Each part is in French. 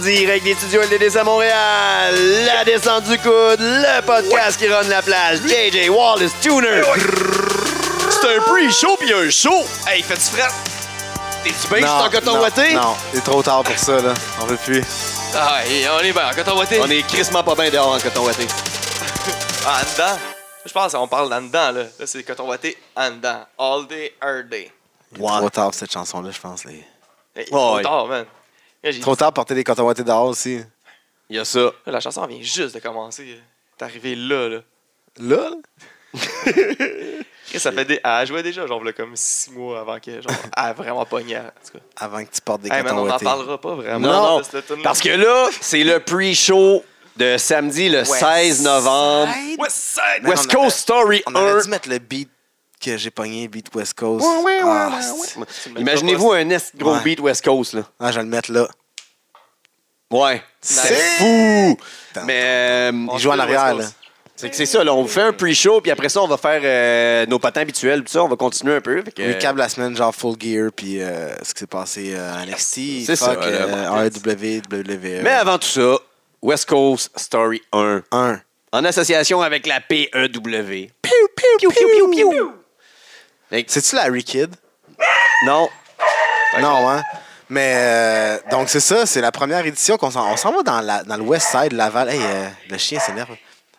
direct des studios LDDC à Montréal, La descente du coude, le podcast qui run la plage, JJ Wallace Tuner. C'est un pre-show pis un show. Hey, fais-tu fret? T'es-tu bien juste en coton non, ouaté? Non, c'est trop tard pour ça, là. On veut plus. Ah, et on est bien en coton ouaté. On est crissement pas bien dehors en coton ouaté. Ah, en dedans. Je pense qu'on parle d'en dedans, là. Là, c'est coton ouaté en dedans. All day, all day. Trop tard pour cette chanson-là, je pense. les- Hey, c'est Ouais, trop ouais. tard, man. Là, j'ai- Trop tard pour porter des cotons ouatés dehors aussi. Il y a ça. Là, la chanson vient juste de commencer. T'es arrivé là, là. Là? Et ça fait des... Elle jouait déjà, genre, là, comme six mois avant que, genre, elle a vraiment pogné. En tout cas. Avant que tu portes des Hey, man, cotons on n'en ouatés. parlera pas vraiment. Non, de cette tune-là. Parce que là, c'est le pre-show de samedi, le 16 novembre. West Side! Man, West on Coast Story On 1. aurait dû mettre le beat que j'ai pogné, beat West Coast. Ouais, ouais, ouais, ah, ouais, c'est- ouais. Tu me Imaginez-vous un est gros Ouais. beat West Coast, là. Ah, je vais le mettre là. Ouais. C'est- C'est fou! Mais euh, Il joue en fait le West arrière, là. Coast. c'est que c'est ça, là. On fait un pre-show, puis après ça, on va faire euh, nos patins habituels, puis ça, on va continuer un peu. fait que- Recap la semaine, genre Full Gear, puis euh, ce qui s'est passé euh, à NXT. C'est ça, fuck, là, euh, RW, WWE. Mais avant tout ça, West Coast Story 1, un. en association avec la E PEW. Piou, piou, piou. Fait que- C'est-tu Larry Kidd? Non, Non, hein? Mais euh, donc, c'est ça, c'est la première édition qu'on s'en, on s'en va dans, la, dans le West Side, Laval. Hey, euh, le chien s'énerve.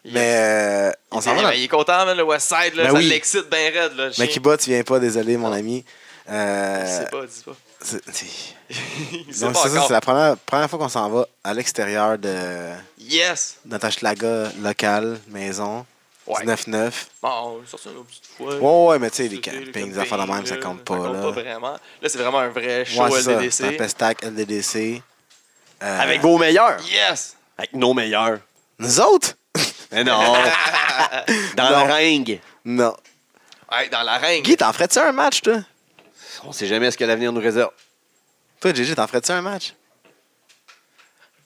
Mais euh, on s'en va Il, dans Eh, il est content, man, le West Side, là, Ben ça oui. l'excite bien raide. Là, le chien. Mais Kiba, tu viens pas, désolé, mon ami. Euh, Il sait pas, dis pas. c'est- c'est- Il sait Donc, pas c'est ça, encore. c'est la première, première fois qu'on s'en va à l'extérieur de Yes! notre Hochelaga local, maison, Ouais. 19-9. Bon, on sort ça une autre petite fois. Ouais, ouais, mais tu sais, les Les euh, campings, des affaires de même, ça compte pas. Ça compte là. pas vraiment. Là, c'est vraiment un vrai show Ouais, c'est ça, LDDC. Tempestac, LDDC. Euh, avec vos meilleurs. Yes! Avec nos meilleurs. Nous autres? Mais non. Dans Non. le ringue. non. Hey, dans la reine. Guy, t'en ferais-tu un match, toi? On sait jamais ce que l'avenir nous réserve. Toi, GG, t'en ferais-tu un match?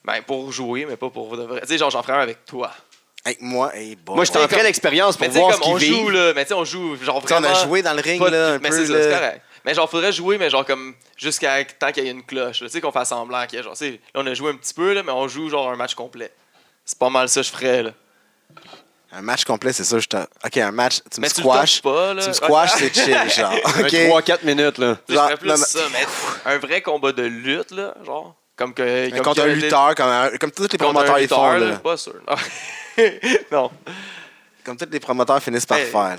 Ben, pour jouer, mais pas pour de vrai. Tu sais, genre, j'en ferai un avec toi. Avec moi, hey, boy. Moi, je Ouais, tenterais comme- l'expérience pour Mais tu sais, voir ce comme qu'ils on joue, vivent. là. Mais tu sais, on joue, genre, Tu sais, on vraiment. a joué dans le ring, pas de- là, un mais peu. c'est ça, c'est là. correct. Mais genre, faudrait jouer, mais genre, comme jusqu'à tant qu'il y ait une cloche. là. Tu sais, qu'on fasse semblant qu'il y a genre. tu sais, Là, on a joué un petit peu, là, mais on joue genre un match complet. C'est pas mal ça, que je ferais, là. Un match complet, c'est sûr, je te... OK, un match, tu me Mais tu le squashes. touches pas, là. Tu me squashes, c'est chill, genre. Un OK. 3-4 minutes, là. Tu sais, je ferais plus Non, non. ça, mais un vrai combat de lutte, là, genre. Comme que. Mais comme contre que- un lutteur, comme, un- comme tous les Contre un promoteurs ils font, lutteur, là, là. Pas sûr. non. non. Tu Comme tous les promoteurs finissent par Hey. faire. là.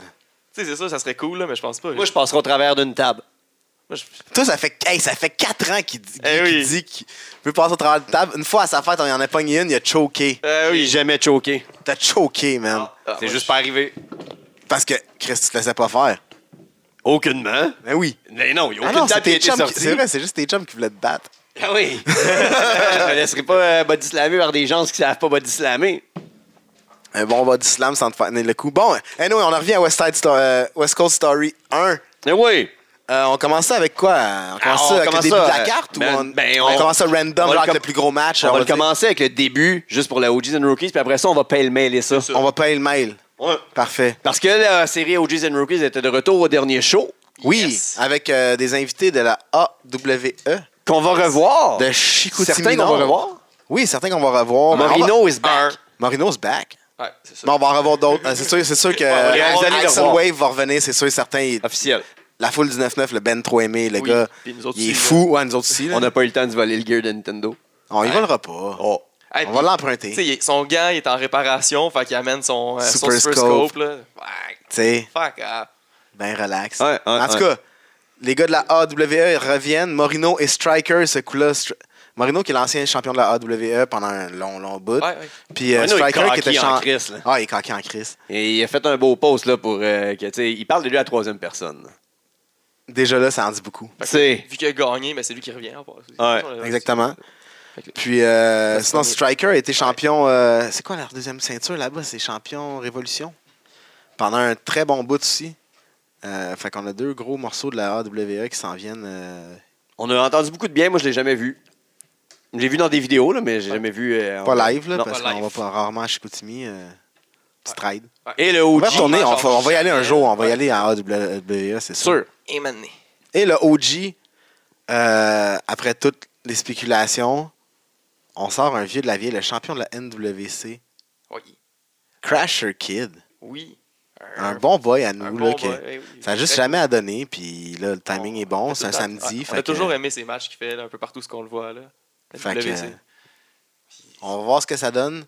sais, c'est ça, ça serait cool, là, mais je pense pas. Moi, je passerai au travers d'une table. Moi, je- Toi, ça fait, hey, ça fait 4 ans qu'il dit qu'il Eh oui. dit qu'il veut passer au travers de table. Une fois à sa fête, on y en a pogné une, il a choqué. Ah Oui, oui. jamais choqué. T'as choqué, man. Ah, C'est moi, juste je- pas arrivé. Parce que Chris, tu te laissais pas faire. Aucunement. Ben oui. Mais non, il n'y a Ah aucune non, c'est table qui a tes été chums qui- sortie. C'est vrai, c'est juste tes chums qui voulaient te battre. Ah oui. je me laisserai pas euh, body slammer par des gens qui savent pas body slammer. Un Euh, bon body slam sans te faire tenir le coup. Bon, anyway, on en revient à West, Side Sto- euh, West Coast Story 1. Mais oui. Euh, on commence ça avec quoi? On commence Ah, on ça avec le commence début ça, de la euh, carte? ben- ou on, ben, on on- commence ça on random, va genre le avec com- le plus gros match? On, va le dire- commencer avec le début, juste pour la OGs and Rookies, puis après ça, on va pêle-mêler ça. On va payer le mail. Ouais. Parfait. Parce que la série OGs and Rookies était de retour au dernier show, Oui, Yes. avec euh, des invités de la AWE qu'on va revoir. de Chicoutimi. Oh. Certains qu'on Nord. va revoir. Oui, certains qu'on va revoir. Mais on va- Marino is back. Marino's back. Ouais, c'est ça. Mais on va en revoir d'autres. Euh, c'est sûr, c'est sûr que on va les- euh, vous allez le Axel voir. Wave va revenir, c'est sûr et certain. Il- Officiel. La foule du 9-9, le Ben trop aimé, le Oui, gars. puis nous autres il est aussi, fou. Ouais, nous autres aussi. là. On n'a pas eu le temps de se voler le gear de Nintendo. On y volera pas. Oh. on va Hey, puis, Tu sais, l'emprunter. il- son gant il est en réparation, fait qu'il amène son, euh, son Super super, scope. scope. là. Ouais, Tu sais, fuck ah, up. ben relax. Ouais, ouais, en tout cas, les gars de la AWE reviennent. Morino et Striker, ce coup-là. Stri- Morino qui est l'ancien champion de la AWE pendant un long, long bout. Ouais, ouais. Puis euh, Morino est Striker qui cocky était en champ- crise, là. Ah, il est cocky en crise. Et il a fait un beau post là pour euh, que tu sais, il parle de lui à la troisième personne. Déjà là, ça en dit beaucoup. Fait que, C'est- Vu qu'il a gagné, mais c'est lui qui revient. en passant. Ouais, Exactement. Fait que- Puis euh, Ouais, c'est sinon, pas mieux. Striker a été champion. euh, c'est quoi leur deuxième ceinture là-bas C'est champion Révolution. Pendant un très bon bout aussi. Euh, fait qu'on a deux gros morceaux de la AWE qui s'en viennent. euh, On a entendu beaucoup de bien, moi je l'ai jamais vu. J'ai vu dans des vidéos là, mais j'ai jamais vu euh, en- pas live, là, Non. parce Ah pas qu'on va live. pas rarement à Chicoutimi. Euh, petite ride. Et le On OG. va retourner, on, genre, va- on va y aller un jamais. jour. On va y Ouais. aller à AWE, c'est sûr. Sûr. Et maintenant. Et le OG, euh, après toutes les spéculations, on sort un vieux de la vieille, le champion de la NWC, Oui. Crasher Kid. Oui. Un bon boy à nous. là, un bon que- boy, eh oui. Ça n'a juste Très- jamais à donner, puis là, le timing on- est on bon, fait c'est un tout le temps- samedi. On fait a que- toujours aimé ces matchs qu'il fait, là, un peu partout ce qu'on le voit. Là. Fait WC. que- euh, On va voir ce que ça donne.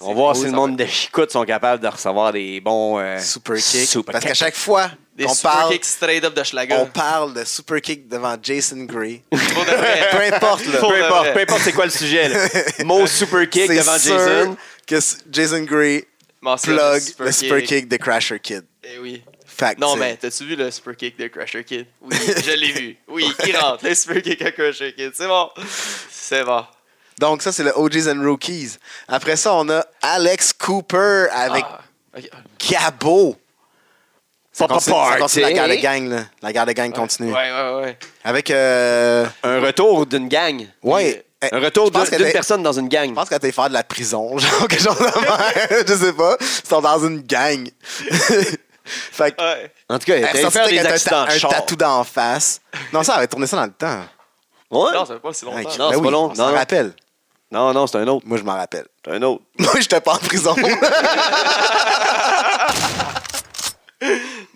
On va voir cool, si le ça monde va de Chicoute sont capables de recevoir des bons. euh, Super kick. Super Parce qu'à kick. chaque fois Des qu'on super parle, kicks straight up de Schlager. on parle de super kick devant Jason Gray. Pour de vrai. Peu importe, là. Pour Peu de importe, vrai. peu importe c'est quoi le sujet. là. Mon super kick C'est devant sûr Jason. Que s- Jason Gray Mentionne plug super le super kick. kick de Crasher Kid. Eh oui. Fact. Non, mais t'as-tu vu le super kick de Crusher Kid? Oui, je l'ai vu. Oui, il rentre. Le super kick à Crusher Kid. C'est bon. C'est bon. Donc, ça, c'est le OGs and Rookies. Après ça, on a Alex Cooper avec Ah, ok. Cabot. Ça Papa continue, ça continue la Party. guerre de gang, là. La guerre de gang continue. Ouais, ouais, ouais. Avec. Euh, Un retour d'une gang. ouais. eh, euh, Un retour je pense d'une que d'une t'es- personne dans une gang. Je pense que t'es faire de la prison, genre quelque chose de même. Je sais pas. Ils sont dans une gang. fait Euh, que. ouais. En tout cas, il elle a sortait fait des avec un accidents ta- de un char. tatou d'en face. Non, ça avait tourné ça dans le temps. Ouais. Non, ça fait pas si longtemps. Hey, non, ben c'est oui, pas long. On s'en Non, non. rappelle. Non, non, c'est un autre. Moi, je m'en rappelle. C'est un autre. Moi, j'étais pas en prison.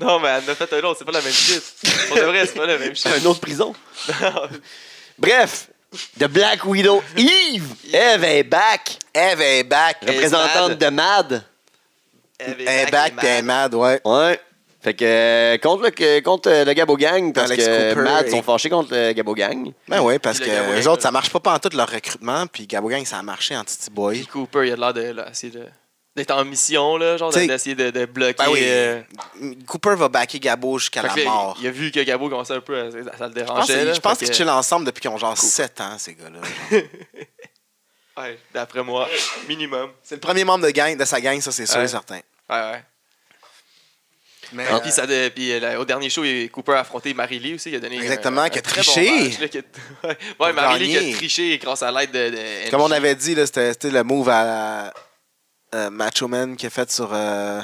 Non, mais elle en a fait un autre. C'est pas la même shit. Pour de vrai, c'est pas la même shit. C'est un autre prison. Bref, The Black Widow Eve. Eve est back. Eve est back. Elle est Représentante mad. de MAD. Elle Elle est back, puis elle est mad, ouais. Ouais. Fait que euh, contre le, que- contre euh, le Gabo Gang, parce Alex que Cooper Mad et- sont fâchés contre le Gabo Gang. Ben oui, parce que Puis le Gabogang, les autres, là. ça marche pas pendant tout leur recrutement, puis Gabogang, ça a marché en Titi Boy. Puis Cooper, il a l'air de, là, essayer de- d'être en mission, là, genre T'sais- d'essayer de, de bloquer. Ben oui, euh, Cooper va backer Gabo jusqu'à fait la que là, mort. il a vu que Gabo commençait un peu à, ça, ça le Je pense, dérangeait. là, je pense fait qu'ils que- chillent ensemble depuis qu'ils ont genre 7 ans, ces gars-là. Ouais, d'après moi, minimum. C'est le premier membre de, gang, de sa gang, ça, c'est sûr et Ouais. certain. Ouais, ouais. Mais, Puis, ça de- puis, euh, la- au dernier show, il- Cooper a affronté Marie-Lee aussi. Il a donné Exactement, qui a très triché. match, là, qui a- ouais, ouais, Marie-Lee qui gagner. a triché grâce à l'aide de, de Comme on NG. avait dit, là, c'était c'était le move à euh, Macho Man qui a fait sur euh,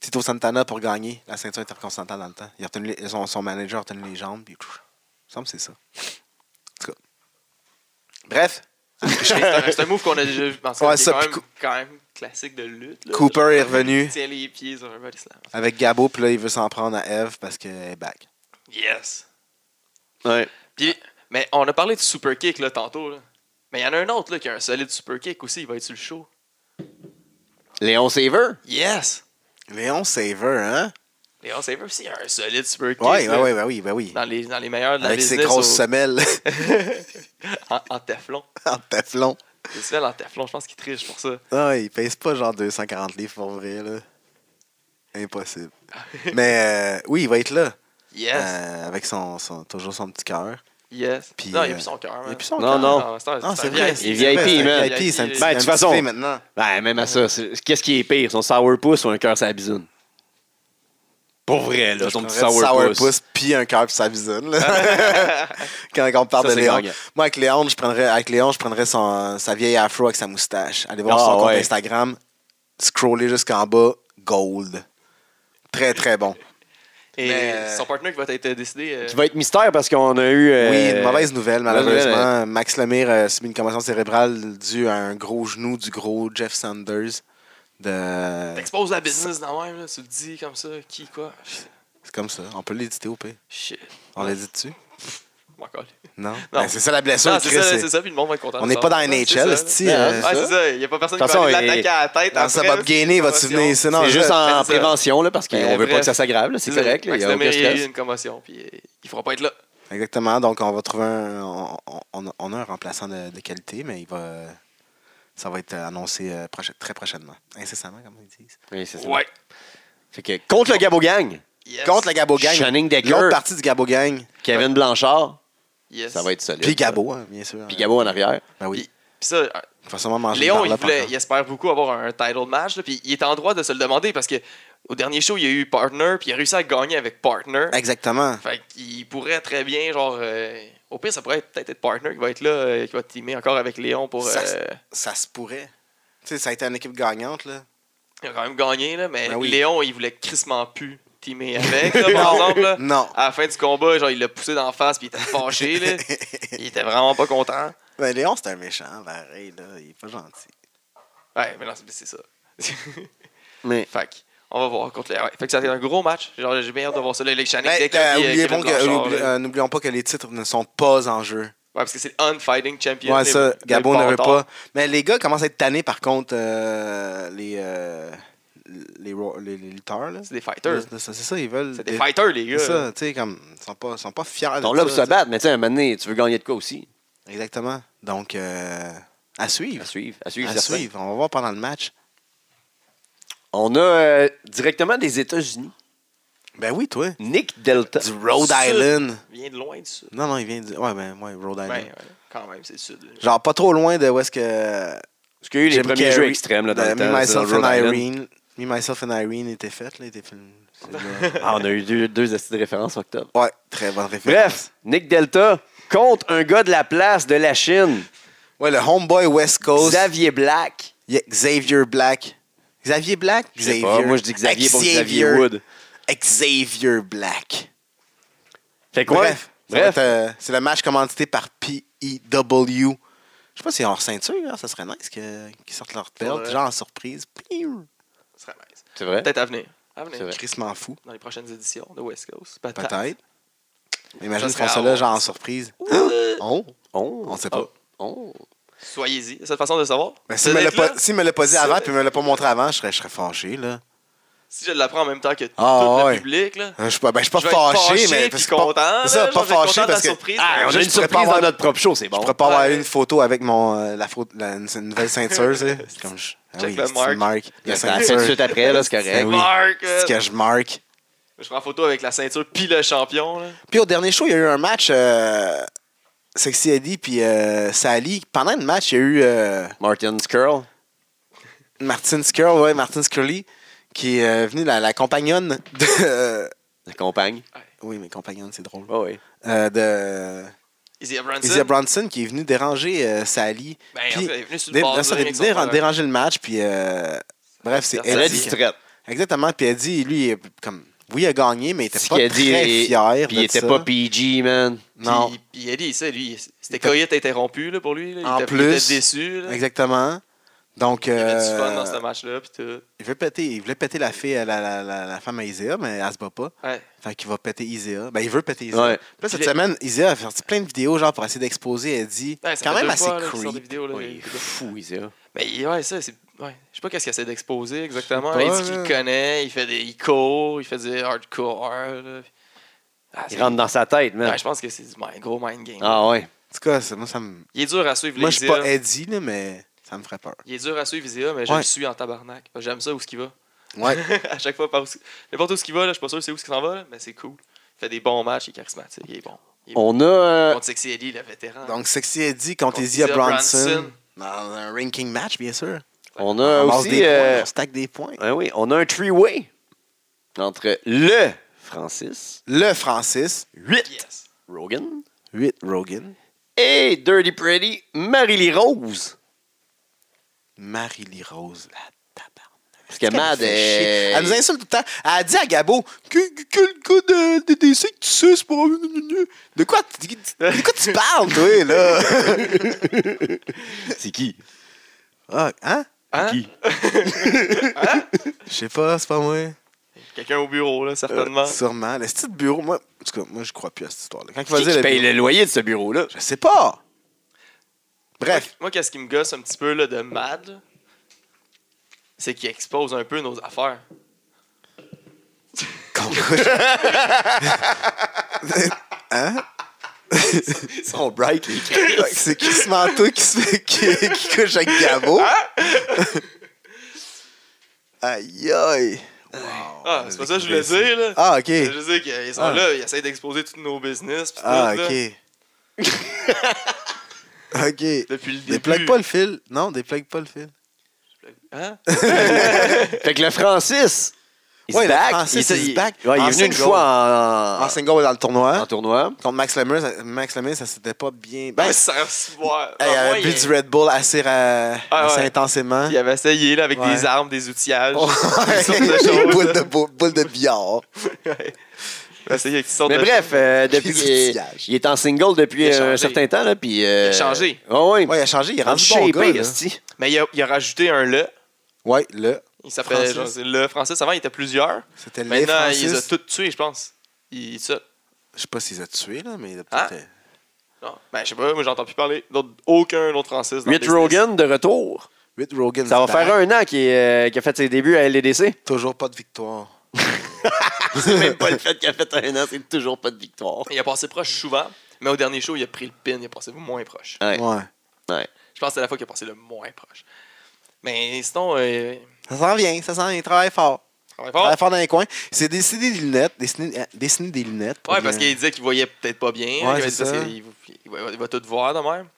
Tito Santana pour gagner la ceinture intercontinentale dans le temps. Il a retenu les- son, son manager a retenu les jambes. Puis, pff, il me semble que c'est ça. En tout cas. Bref, C'est un- c'est un move qu'on a déjà vu. Ouais, ça, Ouais, c'est quand, puis même- Cou- quand même classique de lutte. là. Cooper est revenu. Tiens les pieds sur un body slam. avec Gabo, puis là, il veut s'en prendre à Eve parce qu'elle est back. Yes. Ouais. Puis, mais on a parlé de super kick là, tantôt. là. Mais il y en a un autre là, qui a un solide super kick aussi. Il va être sur le show. Léon Saver. Yes. Léon Saver, hein? Léon Saver aussi a un solide super kick. Ouais, ouais, là, ouais, bah oui, bah oui. Dans les, dans les meilleurs de la Avec ses business grosses au- semelles en, en teflon. en teflon. Des semelles en teflon, je pense qu'il triche pour ça. Ah, il pèse pas genre 240 livres pour vrai, là. Impossible. Mais euh, oui, il va être là. Yes. Euh, avec son, son- toujours son petit cœur. Yes. Puis, non, il euh, n'y a plus son cœur. Et man. puis son Non, cœur. non. Ah, c'est un- Ah, c'est c'est un vrai. Il est VIP, c'est un man. VIP, c'est un petit, Ben, de toute un petit façon. fait maintenant. Ben, même à ça, c'est- qu'est-ce qui est pire, son sourpuss ou un cœur sa bisoune? Pour vrai, là, son petit Un sourpuss. sourpuss, puis un cœur pour sa visine. là. Quand on parle Ça, de c'est Léon. gagnant. Moi, avec Léon, je prendrais, avec Léon, je prendrais son, sa vieille afro avec sa moustache. Allez voir Ah, son compte ouais. Instagram. Scroller jusqu'en bas. Gold. Très, très bon. Et Mais, euh, son partenaire qui va être décidé. euh, Qui va être mystère parce qu'on a eu. euh, Oui, une mauvaise nouvelle, mauvaise nouvelle, malheureusement. euh, Max Lemire a subi une commotion cérébrale due à un gros genou du gros Jeff Sanders. De... T'exposes la business dans même, là, tu le dis comme ça, qui, quoi. C'est comme ça. On peut l'éditer au pire. Shit. On l'a dit dessus? M'en colle. Non. Non. Ben, c'est ça la blessure, Non, c'est Chris. ça, c'est- c'est ça, puis le monde va être content. On n'est pas dans NHL, c'est esti, euh, Ouais, c'est ça, il n'y a pas personne qui De toute va aller façon, l'attaquer il- à la tête. Dans après, ça, Bob Gainé va te commotion. souvenir. C'est non, Ben, c'est je- juste en, c'est ça. prévention, là, parce qu'on Mais veut pas bref. que ça s'aggrave, là, c'est correct, là, il Max n'y a aucun Lemire, il a eu stress. une commotion, puis euh, il ne pourra pas être là. Exactement. Donc, on va trouver un. On, on- on a un remplaçant de, de qualité, mais il va. Ça va être annoncé euh, proche- très prochainement. Incessamment, comme ils disent. Oui, c'est ça. Ouais. Fait que contre le Gabo Gang, Yes. Contre la Gabo Gang. Channing Decker. L'autre partie du Gabo Gang. Kevin Blanchard, Yes. ça va être solide. Puis Gabo, hein, bien sûr. Puis Gabo en arrière. Ben oui. Puis- Puis ça, euh, Il va sûrement manger Léon, par il, là, voulait- par contre. il espère beaucoup avoir un title match, là, puis il est en droit de se le demander parce que au dernier show, il y a eu Partner, puis il a réussi à gagner avec Partner. Exactement. Fait qu'il pourrait très bien, genre. euh, au pire, ça pourrait être- peut-être être Partner qui va être là, euh, qui va teamer encore avec Léon pour. Ça, euh, c'est- Ça se pourrait. Tu sais, ça a été une équipe gagnante, là. il a quand même gagné, là, mais Ben oui. Léon, il voulait crissement plus teamer avec, là, par exemple. là. Non. À la fin du combat, genre, il l'a poussé d'en face, puis il était fâché, là. Il était vraiment pas content. Mais Ben, Léon, c'est un méchant, pareil, là. Il est pas gentil. Ouais, mais non, c'est- c'est ça. Mais fait que, on va voir contre les. Ouais. Fait que ça fait un gros match. Genre, j'ai bien hâte de voir ça. Là, les Shannon, Mais, dès qu'il y a euh, oublions Kevin que- Blanchard, oubli- là. euh, N'oublions pas que les titres ne sont pas en jeu. Ouais, parce que c'est Unfighting Champion. Ouais, les- ça, les Gabo n'avait bâtards. pas. Mais les gars commencent à être tannés, par contre, euh, les, euh, les, ro- les, les lutteurs. là. C'est des fighters. C'est ça, c'est ça, ils veulent. C'est des fighters, les C'est gars. ça, tu sais, comme. Ils sont pas, sont pas fiers de on là pour ça, se tu sais. battre, mais tu sais, un moment donné, tu veux gagner de quoi aussi? Exactement. Donc, euh, à À suivre. suivre. À suivre, À certain. suivre. On va voir pendant le match. On a euh, directement des États-Unis. Ben oui, toi. Nick Delta. Du Rhode Sud. Island. Il vient de loin du sud. Non, non, il vient du. Ouais, ben, ouais, Rhode Ouais, Island. ouais, quand même, c'est le sud. là. Genre, pas trop loin de où est-ce que. Parce qu'il y a eu les Jim premiers Carrey, Ben, jeux extrêmes là, dans de le temps. Me, c'est dans Myself le Rhode and Island. Irene. Me, Myself and Irene était faite, là. Était film... c'est là. Ah, on a eu deux, deux astuces de référence octobre. ouais, très bonne référence. Bref, Nick Delta contre un gars de la place de la Chine, Ouais, le homeboy West Coast. Xavier Black. Yeah, Xavier Black. Xavier Black? Je sais pas, moi je dis Xavier pour Xavier Wood. Xavier Black. Fait quoi? Bref. ça va Bref. être, euh, c'est le match commandité par PEW. Je sais pas si hors ceinture, hein, ça serait nice que- qu'ils sortent leur belt, Ouais. genre en surprise. Piou. Ce serait nice. C'est vrai? Peut-être à venir. À venir. C'est vrai. Chris m'en fout, Dans les prochaines éditions de West Coast. Peut-être. peut-être. Mais imagine Ça qu'ils font serait ça là, hot. genre en surprise. Ouh. Oh! On, On sait pas. on- Soyez-y. C'est une façon de savoir. Mais s'il me l'a Peut-être là, pas, s'il me l'a pas dit Ça- avant, puis il me l'a pas montré avant, je serais, je serais fâché, là. Si je l'apprends en même temps que Ah, tout ouais. le public, là. Je suis pas, ben, je suis pas Je vais être fâché, fâché, mais. puis parce que content, pas- là, C'est ça, je pas vais être content fâché de la parce que. surprise. Ah, on Juste, a je une pourrais pas surprise dans avoir- notre propre show, c'est bon. Je pourrais pas avoir Ouais. une photo avec mon, euh, la, faute- la- une, une nouvelle ceinture, tu sais. C'est Comme je, ah Check oui, le c'est une marque. marque. La C'est à- c'est tout de ceinture. suite après, là, c'est Ben correct. oui. Marc, euh, Ce que je marque. Je prends photo avec la ceinture puis le champion. Là. Puis au dernier show, il y a eu un match, euh, Sexy Eddie puis euh, Sally. Pendant le match, il y a eu euh, Martin Skrull. Martin Skrull, ouais, Martin Scully, qui est euh, venu la, la compagnonne de. euh, la compagne. oui, mais compagnonne, c'est drôle. Oh, oui. Euh, de. Izzy Branson. Izzy Bronson qui est venu déranger euh, Sally. Ben, en Puis, fait, elle est venue sur le dé- bord, elle serait rien que venue son frère. déranger le match, puis euh, bref, c'est Elle Elle a a Eddie. dit qui- traite. Exactement, puis elle dit, lui, il est comme, oui, il a gagné, mais il était Ce pas qu'il a très dit, et- fier. Puis de il était ça. pas PG, man. Non, Puis, puis Eddie, ça, lui, c'était était- coït interrompu là, pour lui. là. Il En était, il plus, était déçu. là. exactement. Donc, Il avait du euh, fun dans ce match-là. Puis tout. il, veut péter, il voulait péter la fille, à la, la, la, la femme à Isaiah, mais elle se bat pas. Ouais. Fait qu'il va péter Isaiah. Ben, il veut péter Isaiah. Ouais. Puis là, cette Puis les- semaine, Isaiah a sorti plein de vidéos, genre, pour essayer d'exposer. Elle dit, Ouais, Ben, ça quand fait même deux assez fois, là, qu'il sort des creep. vidéos, là, Ah, Oui, les- fou, ça. Mais il- ouais, ça, c'est. Ouais. Je sais pas qu'est-ce qu'il essaie d'exposer exactement. Je sais il pas, dit qu'il là. connaît, il fait des. Il court, il fait des hardcore. là. Ah, c'est- Il rentre dans sa tête, man. Ouais, je pense que c'est du mind- gros mind game. Ah ouais. En tout cas, c'est- moi, ça me... Il est dur à suivre, moi les je suis pas Izzy, là. Eddie, là, mais ça me ferait peur. Il est dur à suivre, Izzy, là, mais je Ouais. le suis en tabarnak. J'aime ça où ce qu'il va. Ouais. à chaque fois, par où... n'importe où ce qu'il va, là, je suis pas sûr c'est où ce qu'il s'en va, là, mais c'est cool. Il fait des bons matchs, il est charismatique, il est bon. On a. euh, Contre Sexy Eddie, le vétéran. Donc, Sexy Eddie contre Contre Izia Izzy Bronson. Bronson. Dans un ranking match, bien sûr. on On a ramasse Euh, aussi. des euh, points, on stack des points. ah oui, on a un three-way entre le Francis, Le Francis. 8 yes. Rogan 8 Rogan. et Dirty Pretty Marie-Lee Rose. Marie-Lee Rose, la tabarnak. Parce que Mad. Elle, nous fait chier. euh, elle nous insulte tout le temps. Elle dit à Gabo que, que- que le gars de, de DC que tu suces pour. De quoi, tu- de quoi tu parles, toi, là? C'est qui Ah, hein? Hein? Qui Hein? Je sais pas, c'est pas moi. Euh, Quelqu'un au bureau, là, certainement. Sûrement. Le style de bureau, moi, en tout cas, moi, je crois plus à cette histoire-là. Quand il va Qui, dire qui le paye bureau- le loyer de ce bureau-là Je sais pas. Moi, Bref. moi, qu'est-ce qui me gosse un petit peu là, de Mad, là, c'est qu'il expose un peu nos affaires. Qu'on couche. hein? Ils sont bright, les C'est qui ce manteau qui, se fait- qui, qui couche avec Gabo? Hein? aïe aïe! Wow. Ah, c'est pas ça que je voulais dire, là. Ah, ok. Je veux dire qu'ils sont Ah. là, ils essaient d'exposer tous nos business. pis Ah, tout, là, ok. ok. Depuis le début. Déplugue pas le fil. Non, déplugue pas le fil. Hein? Fait que le Francis. Il Ouais, se le back. Francis, il, il se il- back. ouais, il En est venu une single. fois en, En single dans le tournoi. en tournoi. Contre Max Lemur, ça- Max Lemur, ça s'était pas bien. Ben, Ben, ça se voir. hey, il Ah, avait ouais, bu il- du Red Bull assez, ra- Ah, assez ouais. intensément. Il avait essayé là, avec Ouais. des armes, des outillages, Oh, Ouais. toutes sortes de Des choses. boules là. de, bou- boules de billard. Ouais. va essayer avec sorte Mais de- bref, euh, depuis, Les il, outillages. il est en single depuis euh, Il a changé. un certain temps. Là, puis, euh, Il a changé. Ah ouais. Ouais, il a changé, il est rendu bon Shapé, hein, gars. là. esti. Mais il a, il a rajouté un le. Ouais, là, Il s'appelait Francis. genre, c'est le français. Avant, il était plusieurs. c'était les Maintenant, Francis. il les a tous tués, je pense. Il est seul. Je sais pas s'ils ont tué, là, mais il a Hein? peut-être... euh, Non, ben, je sais pas, moi, j'entends plus parler d'autre- aucun autre français. dans Rich le business. Rogan de retour. Rick Rogan, Ça va back. faire un an qu'il est, euh, qu'il a fait ses débuts à LDC. Toujours pas de victoire. C'est même pas le fait qu'il a fait un an, c'est toujours pas de victoire. Il a passé proche souvent, mais au dernier show, il a pris le pin, il a passé moins proche. Ouais. Ouais. Je pense que c'est la fois qu'il a passé le moins proche. Mais sinon, euh, Ça s'en vient, ça s'en vient. Il travaille fort. travaille Il fort. Travaille fort dans les coins. Il s'est dessiné des lunettes. Dessiné, euh, dessiné des lunettes. pour Ouais, parce bien- qu'il disait qu'il voyait peut-être pas bien. il avait dit c'est parce ça. qu'il- Il va, il va tout voir de même.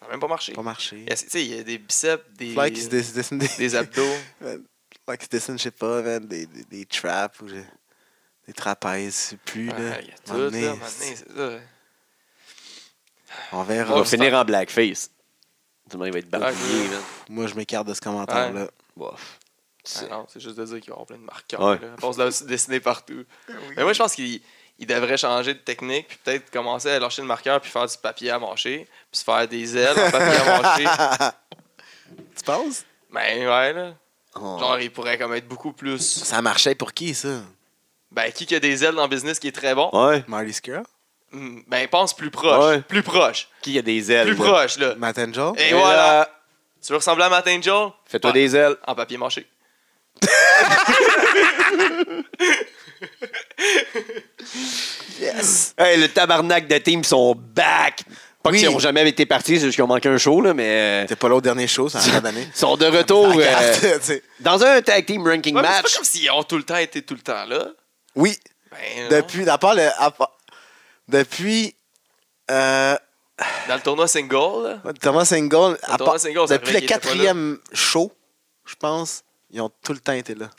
Ça n'a même pas marché. Pas marché. Il y a- tu sais, il y a des biceps, des, Fly qui se dess- dessine des... des abdos. Fly qui se dessine, je sais pas, man, des, des, des traps ou je- des trapèzes, je sais plus, Ah, Il là. y a tout, Un moment là, donné, un moment donné, c'est ça. On On verra. va finir en blackface. Tout le monde va être barbouillé. Ouais. là. Moi, je m'écarte de ce commentaire-là. Bof. Ah non, c'est juste de dire qu'il va y avoir plein de marqueurs. Ouais. là. On pense là, se dessiner partout. Mais moi, je pense qu'il il devrait changer de technique, puis peut-être commencer à lâcher le marqueur, puis faire du papier à mâcher, puis se faire des ailes en papier à mâcher. tu penses? Ben ouais, là. Oh. Genre, il pourrait comme être beaucoup plus. Ça marchait pour qui, ça? Ben, qui qui a des ailes dans le business qui est très bon? Ouais. Marty Skrull? Hmm, Ben, pense plus proche. Ouais. Plus proche. Qui a des ailes? Plus là? proche, là. Matt Angel? Et, Et voilà. là, Tu veux ressembler à Matt Angel? Fais-toi Ah, des ailes. En papier mâché. Yes! Hey, le tabarnak de team sont back. Pas Oui. qu'ils n'ont jamais été partis, c'est juste qu'ils ont manqué un show, là, mais euh, C'était pas là au dernier show, ça a l'air d'année. Ah, ils sont de Oh, retour euh, dans un tag team ranking Ouais, mais c'est pas match. comme s'ils ont tout le temps été tout le temps là. oui, Ben, non. depuis, à part le, à part- depuis, euh, Dans le tournoi single, là. Thomas Single, à tournoi part- single, ça depuis fait le qu'il était pas là. quatrième show, je pense, ils ont tout le temps été là.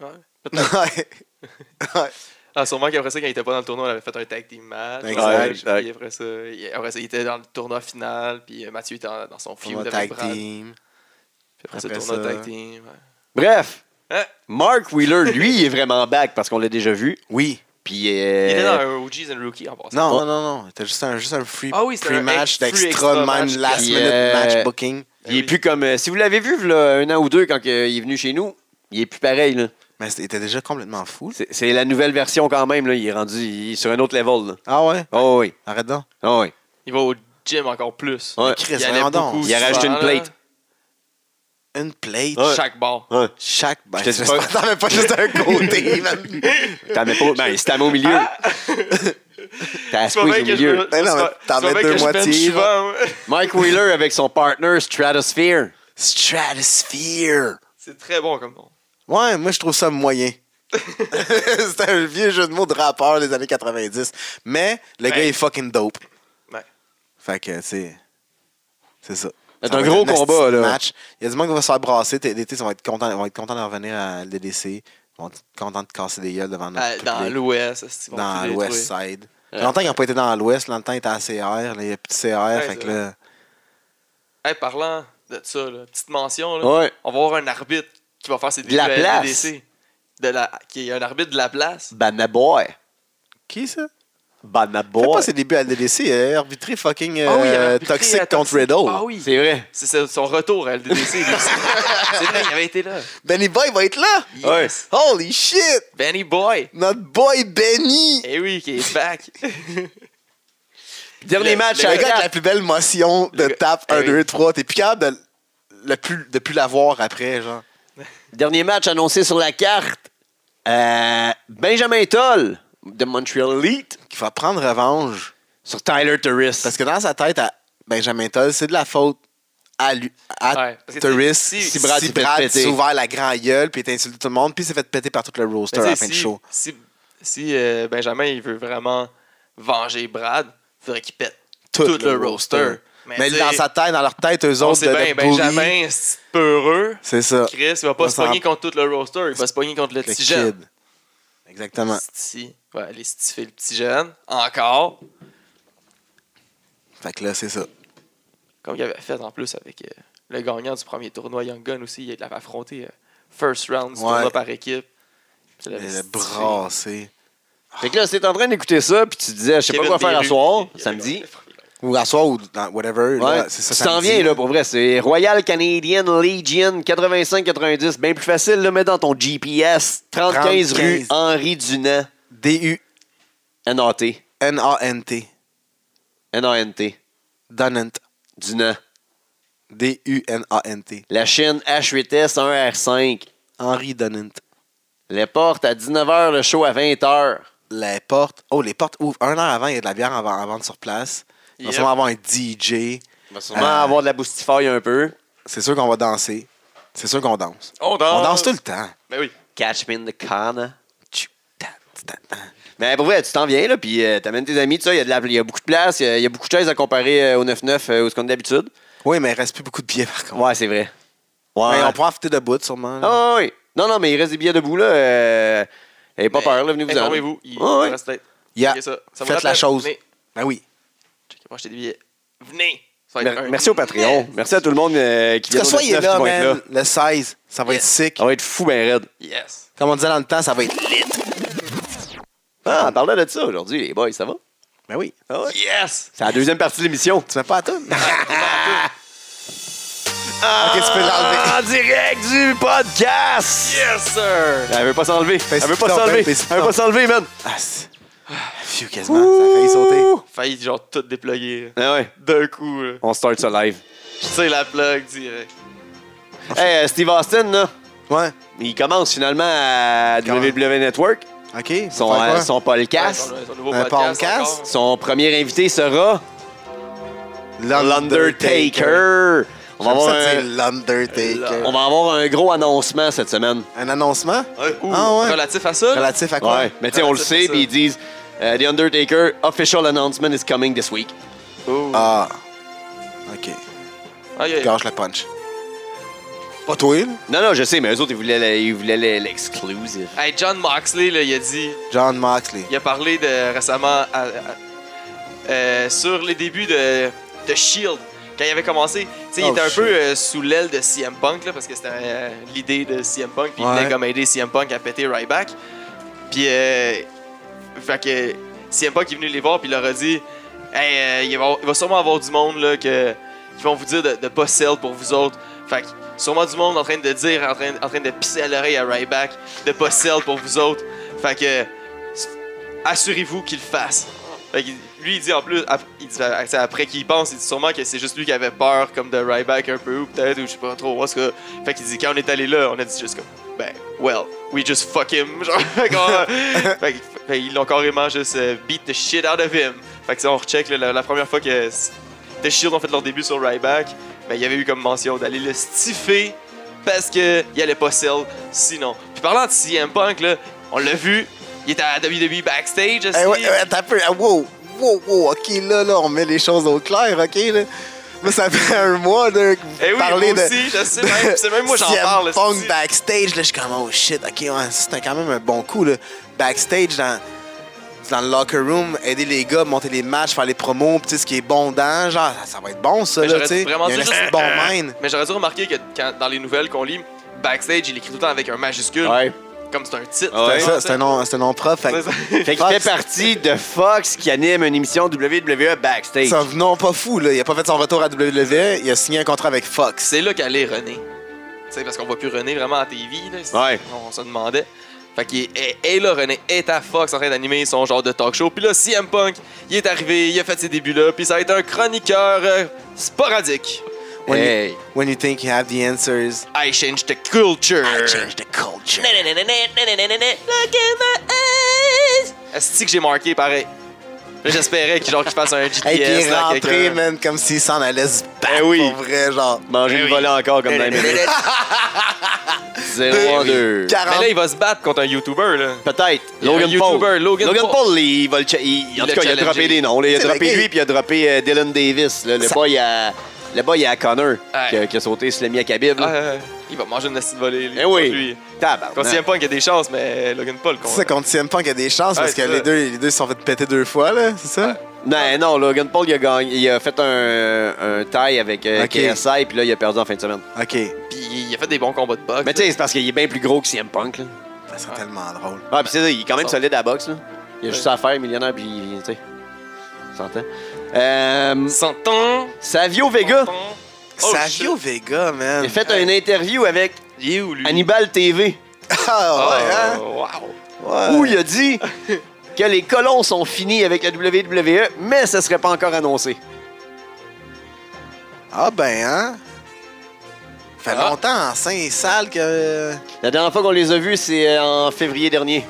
Ouais. Ouais. Ouais. Ah, sûrement qu'après ça, quand il était pas dans le tournoi, on avait fait un tag team match. Exact. Ouais, Exact. Puis après ça, il, après ça, il était dans le tournoi final. Puis euh, Mathieu était en- dans son Tournoi feud avec tag Brad. team. Puis après, ça, Après tournoi ça- tag team. ouais. Bref, Hein? Mark Wheeler, lui, il est vraiment back parce qu'on l'a déjà vu. Oui. Puis, Il était dans euh, un OGs and Rookie en passant. Non, non, non, non. C'était juste un, juste un free, Oh. Ah oui, c'était free un match ex- free d'extra extra man, match. last Puis, minute euh, match booking. Ben il est oui. plus comme. euh, si vous l'avez vu, là, un an ou deux, quand euh, il est venu chez nous, il est plus pareil. là. Mais c'était déjà complètement fou. C'est- C'est la nouvelle version quand même. Là. Il est rendu il est sur un autre level. là. Ah ouais? Oh oui. Arrête donc. Oh oui. Il va au gym encore plus. Ouais. Chris, Il allait voyons donc. beaucoup Il a rajouté souvent, une là. plate. Une plate. Ouais. Chaque bord. Ouais. Chaque. Ben, Je te dis pas- t'en mets pas juste d'un côté, man. T'en mets pas. Ben, si t'en mets au milieu. T'as Ah! C'est pas squeeze vrai au que je milieu. me- Ben non, mais c'est pas- t'en c'est pas mets vrai deux que je bench moitiés, souvent, là. moi. Mike Wheeler avec son partner Stratosphere. Stratosphere. C'est très bon comme nom. Ouais, moi je trouve ça moyen. c'est un vieux jeu de mots de rappeur des années 90. Mais le Ben. gars est fucking dope. Ouais. Fait que, tu sais, c'est ça. C'est Ça un va gros être nasty combat, là. Match. Il y a du monde qui va se faire brasser. T'es- L'été, ils vont être contents, ils vont être contents de revenir à LDDC. Ils vont être contents de casser des gueules devant notre Euh, À- Dans public. l'Ouest. c'est- ils vont dans tout l'Ouest détruire. Side. Ouais. Longtemps qu'ils n'ont pas été dans l'Ouest. Longtemps ils étaient à CR. Les petits CR. fait c'est que vrai. là, Hey, parlant de ça, là, petite mention, là, Ouais. on va avoir un arbitre qui va faire ses De la débuts à place. LDC. De la, qui est un arbitre de la place. Banaboy. qui ça? Fait Banaboy. pas ses débuts à LDDC. Il a arbitré fucking Ah oui, il avait euh, arbitré à Toxic contre Toxic. Riddle. Ah oui. C'est vrai. C'est son- son retour à LDDC. lui. c'est vrai, il avait été là. Benny Boy va être là! Yes. Holy shit! Benny Boy. Notre boy Benny! Eh oui, qui est back. Dernier Le- match le Le à gars avec la plus belle motion de Le- tape Eh 1, oui. 2, 3. T'es plus capable de, le plus, de plus l'avoir après, genre. Dernier match annoncé sur la carte. Euh, Benjamin Toll de Montreal Elite Qui va prendre revanche. sur Tyler Turris. Parce que dans sa tête, à Benjamin Toll, c'est de la faute à lui. À Ouais, parce que Turris, si- si, si Brad Brad, s'est fait péter. s'est ouvert la grande gueule, puis il a insulté tout le monde, puis il s'est fait péter par tout le roster Mais à tu la sais, fin si, du show. Si, si, euh, Benjamin il veut vraiment venger Brad, il faudrait qu'il pète tout, le, roster. Mais tu dans sais, sa tête, dans leur tête, eux on autres, sait de bien, le bully, Benjamin, c'est peureux. C'est ça. Chris, il va pas On se s'en- pogner contre tout le roster, il va se pogner contre le Le petit jeune. kid. Exactement. Sti- Ouais, aller stiffer le petit jeune. Encore. Fait que là, c'est ça. Comme il avait fait en plus avec euh, le gagnant du premier tournoi Young Gun aussi, il l'avait affronté euh, first round du Ouais. tournoi par équipe. C'est Le, le style. brasser. Fait que là, c'est en train d'écouter ça, puis tu disais, je sais pas Kevin quoi faire à Desrues. soir, Il y a samedi. Ou à soir ou dans whatever. Ouais. là, c'est ça, tu t'en samedi. viens, là, pour vrai. C'est Royal Canadian Legion 85-90. Bien plus facile, là, mets dans ton GPS 35 rue 35. Henri Dunant, N-A-T. D-U-N-A-N-T. N-A-N-T. Donant. Dunant. D-U-N-A-N-T. La chaîne H8S 1R5. Henri Donant. Les portes à 19h, le show à 20h. Les portes. Oh, les portes ouvrent. Un an avant, il y a de la bière à vendre- à vendre sur place. Il va Yep. sûrement avoir un DJ. On va sûrement Euh. avoir de la boustifaille un peu. C'est sûr qu'on va danser. C'est sûr qu'on danse. On On Ah. danse. danse tout le temps. Ben oui. Catch me in the corner. Tchou, ta, ta, ta. Mais pour vrai, tu t'en viens, là, puis euh, t'amènes tes amis, tout ça. Il y, a de la- il y a beaucoup de place, il y a- il y, a beaucoup de chaises à comparer euh, au 9-9, euh, où ce qu'on est d'habitude. Oui, mais il reste plus beaucoup de billets par contre. Ouais, c'est vrai. Ouais. Mais on pourra en fêter de bout sûrement. là. Ah, oui. Non, non, mais il reste des billets debout, là. Euh, N'ayez pas Mais peur, là, venez vous en. Informez-vous. Il Ouais, ouais. reste peut-être. Yeah. Checkez ça. Ça vous Ah, Faites la rappelle? chose. Venez. Ben oui. Checkez pas acheter des billets. Venez. Ça va être Mer- un Merci au Patreon. nest. Merci à tout le monde euh, qui Que vient au soyez 9-9 là, qui vont être là. man. Le 16, ça va Yeah. être sick. On va être fou, ben raide. Yes. Comme on disait dans le temps, ça va être lit. Ah, on parlait de ça aujourd'hui, les boys, ça va? Ben oui. Ah ouais. Ah. Yes. C'est la deuxième partie de l'émission. Tu mets pas à tout. ok, tu peux l'enlever. En direct du podcast! Yes, sir. Elle veut pas s'enlever. Elle veut pas Fais-y s'enlever. donc, fais-y Elle veut pas donc. s'enlever, man. Ah, c'est- Phew, quasiment. Ça a failli sauter. Ouh. Failli, genre, tout déploguer. là. Ah ouais. D'un coup, là. On start ça live. Je tire la plug direct. Hey, euh, Steve Austin, là, Ouais. il commence finalement à Comment? WWE Network. Ok. Son, Faut faire euh, quoi? son Ouais, podcast. Son son nouveau Un podcast. Euh, podcast? encore. Son premier invité sera L'Undertaker. On va, J'aime avoir ça dire un, L'Undertaker. on va avoir un gros annoncement cette semaine. Un annoncement Ouh, Ah ouais. Relatif à ça. là. relatif à quoi Ouais, mais tu sais, on le sait, puis ils disent euh, The Undertaker, official announcement is coming this week. Ouh. Ah, Ah. Ok. Ok. Gâche le punch. Pas toi, là. Non, non, je sais, mais eux autres, ils voulaient le- ils voulaient le- l'exclusive. Hey, John Moxley, là, il a dit, John Moxley. il a parlé de récemment à- à- euh, sur les débuts de, de Shield quand il avait commencé. Tu sais, il Oh, était un shit. peu euh, sous l'aile de CM Punk là, parce que c'était euh, l'idée de CM Punk, puis il Ouais. venait comme aider CM Punk à péter right back. Puis, euh, fait que CM Punk est venu les voir puis il leur a dit, hey, euh, il, va, il va sûrement avoir du monde là que qui vont vous dire de, de pas sell pour vous autres. Fait que sûrement du monde en train de dire, en train, en train de pisser à l'oreille à Ryback, de pas sell pour vous autres. Fait que s- assurez-vous qu'il le fasse. Fait que lui il dit en plus, ap- il dit, euh, après qu'il y pense, il dit sûrement que c'est juste lui qui avait peur comme de Ryback un peu ou peut-être ou je sais pas trop. En tout cas, fait qu'il dit quand on est allé là, on a dit juste comme ben well, we just fuck him. Genre, fait qu'on, euh, fait que- fait qu'ils l'ont carrément juste euh, beat the shit out of him. Fait que si on recheck là, la, la première fois que s- The Shield ont fait leur début sur Ryback, mais il y avait eu comme mention d'aller le stiffer parce que il allait pas sell sinon. Puis parlant de CM Punk là, on l'a vu, il était à WWE backstage. aussi. Eh ouais, ouais, t'as un peu. ah, Wow, wow, wow. Ok, là, là, on met les choses au clair, ok, là. Moi, ça fait un mois de Eh oui, parler moi de. aussi, je sais même, c'est même moi j'en CM parle. Punk c'est- backstage, là, je suis comme, oh shit, ok, ouais, ça, c'était quand même un bon coup, là. Backstage, dans, dans le locker room, aider les gars, monter les matchs, faire les promos, pis tu sais, ce qui est bon dans, genre, ça, ça va être bon, ça, Mais là, j'aurais tu sais. Il y a vraiment un dû juste- esti de bon mind. Mais j'aurais dû remarquer que quand- dans les nouvelles qu'on lit, backstage il écrit tout le temps avec un majuscule, Ouais. comme c'est un titre. Ouais. C'est ça, c'est un nom, c'est un nom prof. Fait, C'est que ça. Fait qu'il fait partie de Fox qui anime une émission WWE Backstage. c'est un nom pas fou, là. Il a pas fait son retour à WWE, il a signé un contrat avec Fox. C'est là qu'elle est René. Tu sais, parce qu'on voit plus René vraiment à TV. Là, C'est- Ouais. On se demandait. Fait qu'il est, elle- elle est là, René est à Fox en train d'animer son genre de talk show. Puis là, CM Punk, il est arrivé, il a fait ses débuts-là, puis ça a été un chroniqueur euh, sporadique. When, Hey. you, when you think you have the answers, I change the culture. I change the culture. Est-ce que j'ai marqué pareil? Là, J'espérais qu'il genre, qu'il fasse un GPS. Hey, puis il est là, rentré, quelqu'un. man, comme s'il s'en allait se battre Ben oui. pour vrai, genre. Manger Eh une oui. volée encore comme dans les minutes. eh, 0 2. 40. Mais là, il va se battre contre un YouTuber. Là. Mm. Peut-être. Il y a Logan un Paul. YouTuber, Logan Paul. il va le. cha- il- Il en tout l'a cas, il a challengé. droppé des noms. là. Il a C'est droppé la lui, game. puis il a droppé euh, Dylan Davis. là. Le Ça- boy à. Le boy à Connor qui, a, Ouais. qui a sauté sur l'ami à Khabib. Ah, là. euh, il va manger une acide volée. lui, Eh oui. contre Lui. Tabarnak. Quand CM Punk a des chances, mais Logan Paul. C'est contre- ça, contre CM Punk, il y a des chances parce Ouais, que c'est les ça. deux, les deux se sont fait péter deux fois, là, c'est ça? Non, non, Logan Paul, il a, gagné, il a fait un, un tie avec euh, Ok. KSI, puis là, il a perdu en fin de semaine. Ok. Puis il a fait des bons combats de boxe. Mais tu sais, c'est parce qu'il est bien plus gros que CM Punk. là. Ah, mais c'est tellement drôle. Ah, puis c'est ça, il est quand même Ça. solide à la boxe, là. Il a Ouais. juste à faire millionnaire, puis tu sais. on s'entend. Euh, Santon! Savio Vega, Oh, Savio shit. Vega, man. il a fait une interview avec Il est où, lui? Hannibal TV Ah, ouais, hein? Oh, wow. Ouais. où il a dit que les colons sont finis avec la WWE, mais ça serait pas encore annoncé. Ah, ben, hein? Ça fait Ah. longtemps en sain et sale que. euh, La dernière fois qu'on les a vus, c'est euh, en février dernier.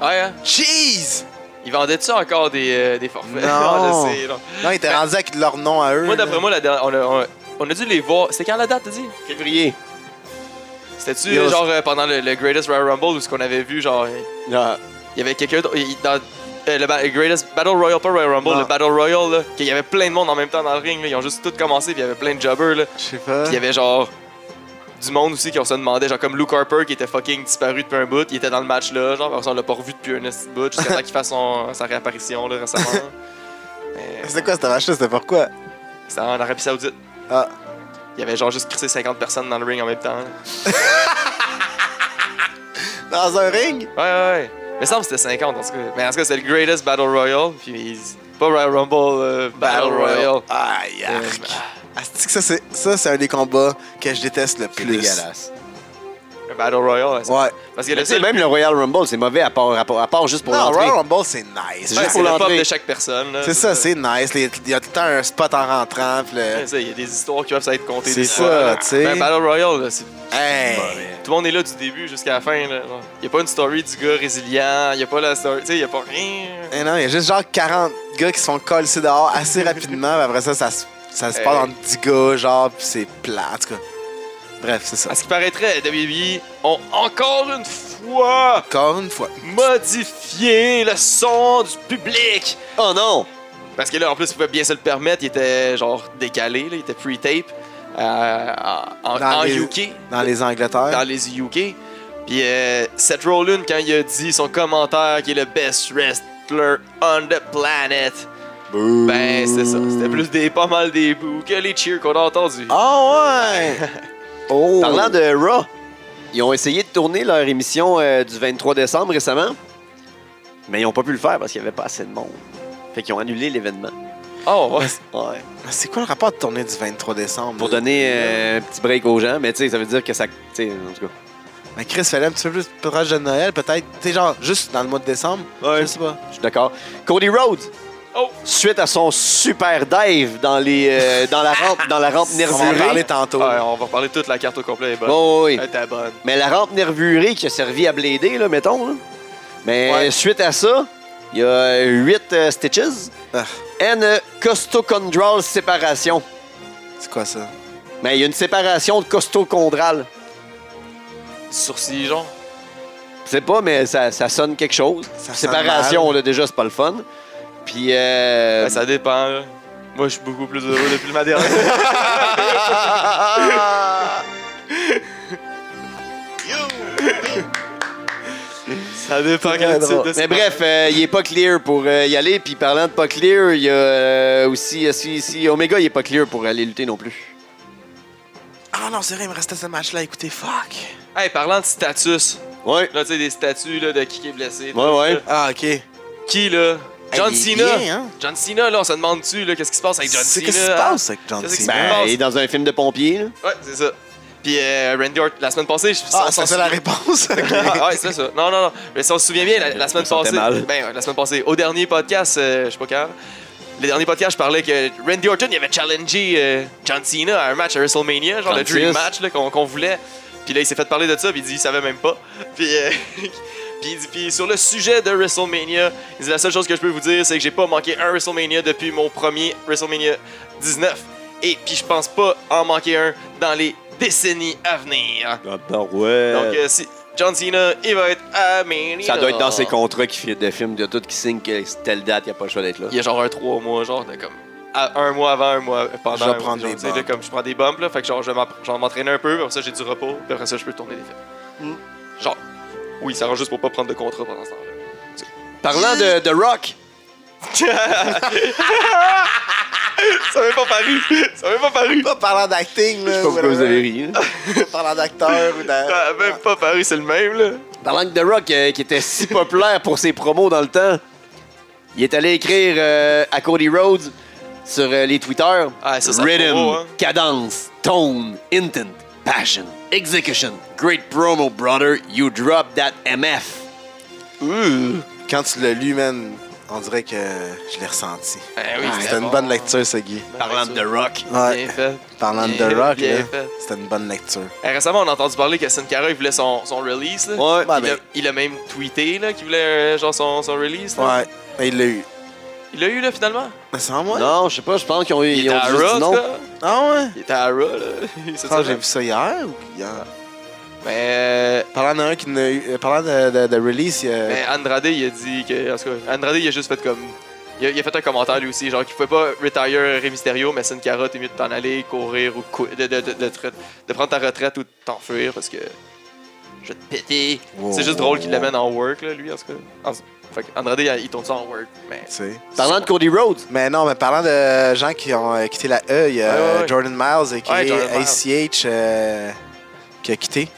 Ouais, hein? Cheese! Il vendait ça encore des, euh, des forfaits? Ah, Non. je sais, non. Non, ils étaient rendus avec leur nom à eux. Moi, d'après là. moi, la dernière- on, a, on a- on a dû les voir. C'était quand la date, t'as dit? Février. C'était-tu Yo, genre euh, pendant le, le Greatest Royal Rumble où ce qu'on avait vu, genre, il Ah, y avait quelqu'un d'autre- il- dans euh, le ba- Greatest Battle Royal, pas Royal Rumble, Non. le Battle Royal, là, qu'il y avait plein de monde en même temps dans le ring, là. ils ont juste tout commencé, puis il y avait plein de jobbers, là. Je sais pas. Puis il y avait genre du monde aussi qui on se demandait, genre comme Luke Harper qui était fucking disparu depuis un bout, il était dans le match là, genre on l'a pas revu depuis un esti de bout, jusqu'à temps qu'il fasse son- sa réapparition là récemment. Mais C'était quoi cette match-là? C'était pourquoi? c'était en Arabie Saoudite. Ah. Il y avait genre juste crissé 50 personnes dans le ring en même temps. là. Dans un ring? Ouais, ouais, ouais. Mais ça me semble que c'était 50 en tout cas. Mais en tout cas, c'est le greatest Battle Royale. Puis ils- pas Royal Rumble, euh, Battle, Royale. Aïe, Euh, arc. Asti que ça, c'est, ça, c'est un des combats que je déteste le plus. c'est dégueulasse. un Battle Royale. ouais, c'est- Ouais. Parce que Mais le tu sais, seul. même le Royal Rumble, c'est mauvais à part, à part, à part juste pour non, l'entrée. Royal Rumble, c'est nice. C'est Ouais, Ouais, juste c'est pour le pop l'entrée. de chaque personne. là. c'est ça, c'est nice. Les- Il y a tout le temps un spot en rentrant. Puis le... Ouais, ça, Il y a des histoires qui peuvent être contées. C'est des ça, fois. tu sais. Mais Battle Royale, là, c'est- Hey! tout le monde est là du début jusqu'à la fin. Là. Il y a pas une story du gars résilient. Il y a pas la story. Tu sais, il y a pas rien. Eh non, il y a juste genre 40 gars qui se font coller dehors assez rapidement. puis après ça, ça, se- ça se Hey. passe entre 10 gars, genre, puis c'est plat. En tout cas. Bref, c'est ça. À ce qui paraîtrait, WWE ont encore une fois Encore une fois. modifié le son du public. Oh non! Parce que là, en plus, il pouvait bien se le permettre. Il était genre décalé, là, il était pre-tape euh, en, en- Dans en les- UK. Dans les Angleterres. Dans les UK. Puis euh, Seth Rollins, quand il a dit son commentaire qu'il est le best wrestler on the planet, ben c'est ça. C'était plus des pas mal des bouts que les cheers qu'on a entendus. Ah ouais! oh! Parlant de Raw, ils ont essayé de tourner leur émission euh, du 23 décembre récemment, mais ils n'ont pas pu le faire parce qu'il n'y avait pas assez de monde. Fait qu'ils ont annulé l'événement. Oh, ouais. Ouais. Mais C'est quoi le rapport de tournée du 23 décembre? Pour là? donner euh, un petit break aux gens, mais tu sais, ça veut dire que ça. Tu sais, en tout cas. Mais Chris, fallait un petit peu plus proche de Noël, peut-être. Tu sais, genre, juste dans le mois de décembre. Je sais pas. Je suis d'accord. Cody Rhodes, Oh. suite à son super dive dans, les, euh, dans la rampe, dans la rampe On va en parler nervurée. tantôt. Ouais, on va parler toute la carte au complet. est bonne. Bon, oui. Elle était bonne. Mais la rampe nervurée qui a servi à bléder, là, mettons. là. Mais Ouais. suite à ça, il y a 8 stitches Ah, and E costochondral séparation. c'est quoi ça? Mais il y a une séparation de costochondrale. Sourcil, genre. Je sais pas, mais ça, ça sonne quelque chose. Ça sonne séparation, mal. là, déjà, c'est pas le fun. Puis. euh, Ben, ça dépend. là. Moi, je suis beaucoup plus heureux depuis ma dernière. ça dépend Très quel type drôle. de Mais bref, euh, il est pas clear pour euh, y aller. Puis parlant de pas clear, il y a euh, aussi euh, si, si Omega il est pas clear pour aller lutter non plus. Ah non, c'est vrai, il me restait ce match-là. Écoutez, fuck. Hey, parlant de status, Ouais. là, tu sais, des statuts là, de qui qui est blessé. tout Ouais, ouais. ça. Ah, ok. Qui, là John il est Cena. bien, hein? John Cena, là, on se demande-tu, là, qu'est-ce qui se passe avec John C'est Cena qu'est-ce qui se passe avec John Qu'est-ce qui se Cena? Ben, il est dans un film de pompier. là. Ouais, c'est ça. Puis euh, Randy Orton, la semaine passée, je Ah, on s'en c'est ça la souvient- réponse. Ah, ouais, c'est ça. Non, non, non. Mais si on se souvient bien, la, la semaine Je me sentais passée. mal. Ben, ouais, la semaine passée, au dernier podcast, euh, je sais pas quand. Le dernier podcast, je parlais que Randy Orton il avait challengé euh, John Cena à un match à WrestleMania, genre le 36. Dream Match là, qu'on qu'on voulait. Puis là, il s'est fait parler de ça, puis il dit qu'il savait même pas. Puis, euh, puis, il dit- puis sur le sujet de WrestleMania, il dit la seule chose que je peux vous dire, c'est que j'ai pas manqué un WrestleMania depuis mon premier WrestleMania 19. Et puis je pense pas en manquer un dans les décennies à venir. Ah, ben ouais. Donc, euh, si John Cena, il va être à Mania. ça doit être dans ses contrats qui fait de films, il y a tout qui signe que c'est telle date, il n'y a pas le choix d'être là. Il y a genre un 3 mois, genre de comme. à- un mois avant, un mois pendant. Je vais prendre genre, des tu sais, bumps. là, comme je prends des bumps, là, fait que genre, je vais m'app- genre, m'entraîner un peu, puis après ça, j'ai du repos, puis après ça, je peux tourner des faits. Mm. Hmm. Genre, oui, ça rend juste pour pas prendre de contrat pendant ce temps-là. Parlant de, de Rock, ça m'est pas paru! Ça m'est pas paru! Pas parlant d'acting, là. je sais pas pourquoi vous avez ri. hein. Parlant d'acteur ou Ça d'acteur. m'est même pas paru, c'est le même, là. Parlant de The Rock, euh, qui était si populaire pour ses promos dans le temps, il est allé écrire euh, à Cody Rhodes sur euh, les Twitter Ah, ça, ça Rhythm, promo, hein. cadence, tone, intent, passion, execution. Great promo, brother. You drop that MF. Quand tu l'as lu, man, on dirait que je l'ai ressenti. Eh oui, Ah, c'était C'était une bon. bonne lecture, ce Guy. Parlant de The Rock. Ouais. Bien fait. Parlant de Bien- The Rock, bien là, fait. c'était une bonne lecture. Eh, récemment, on a entendu parler que Sin Cara, il voulait son, son release. là. Ouais, ben, il, a, il a même tweeté là, qu'il voulait euh, genre son, son release. là. Ouais, mais il l'a eu. Il l'a eu, là, finalement. Mais sans moi? Non, je sais pas, je pense qu'ils ont, Il ils était ont à juste Raw, dit en non. tout cas. Ah ouais? Il était à Raw, là. C'est Ah, ça, j'ai vu ça hier ou hier? Mais, euh, Parlant d'un qui n'a eu. euh, Parlant de, de- de release, il y a- mais Andrade, il a dit que. En tout cas, Andrade, il a juste fait comme. Il a, il a fait un commentaire lui aussi, genre qu'il pouvait pas retire Rey Mysterio, mais Sin Cara, t'es mieux de t'en aller, courir ou cou- de, de, de, de te re- de prendre ta retraite ou de t'enfuir parce que je vais te péter. Wow, C'est juste wow, drôle qu'il wow. l'amène en work, là, lui, en tout cas. En- fait Andrade, il tourne ça en work, mais. tu sais. Parlant de Cody Rhodes. Mais non, mais parlant de gens qui ont euh, quitté la E, il y a Ouais, ouais, ouais. Jordan Miles, qui Ouais, Jordan Miles. ACH, euh, qui a quitté.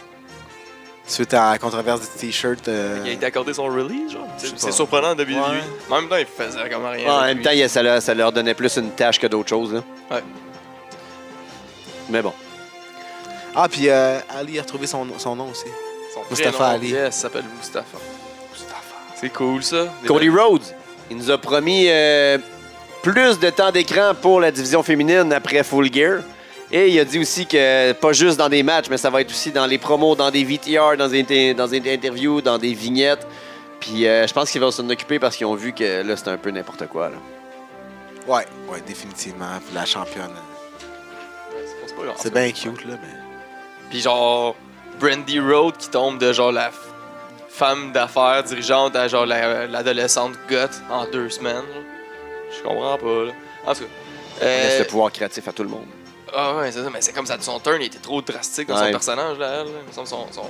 Suite à la controverse des t-shirts. euh, Il a été accordé son release, genre. Je sais C'est pas. c'est surprenant de WWE. Ouais. En même temps, il faisait comme rien. Ouais, en avec même temps, il- ça, leur- ça leur donnait plus une tâche que d'autres choses. Là. Ouais. Mais bon. Ah, puis euh, Ali a retrouvé son, son nom aussi. lui. Son Mustafa prénom, Ali. Yes, s'appelle Mustafa. C'est cool, ça. Des Cody Rhodes, il nous a promis euh, plus de temps d'écran pour la division féminine après Full Gear. Et il a dit aussi que, pas juste dans des matchs, mais ça va être aussi dans les promos, dans des VTR, dans des, inter- dans des interviews, dans des vignettes. Puis euh, je pense qu'il va s'en occuper parce qu'ils ont vu que là, c'était un peu n'importe quoi. là. Ouais, ouais, définitivement. Puis la championne. C'est pas grave. C'est bien cute, là, mais. Puis genre, Brandy Road qui tombe de genre la f- femme d'affaires dirigeante à genre la- l'adolescente goth en deux semaines. là. Je comprends pas, là. En tout cas. On euh, Laisse le pouvoir créatif à tout le monde. Ah ouais, c'est ça, mais c'est comme ça de son turn, il était trop drastique dans Ouais. son personnage, là. elle, là. Il me semble son. son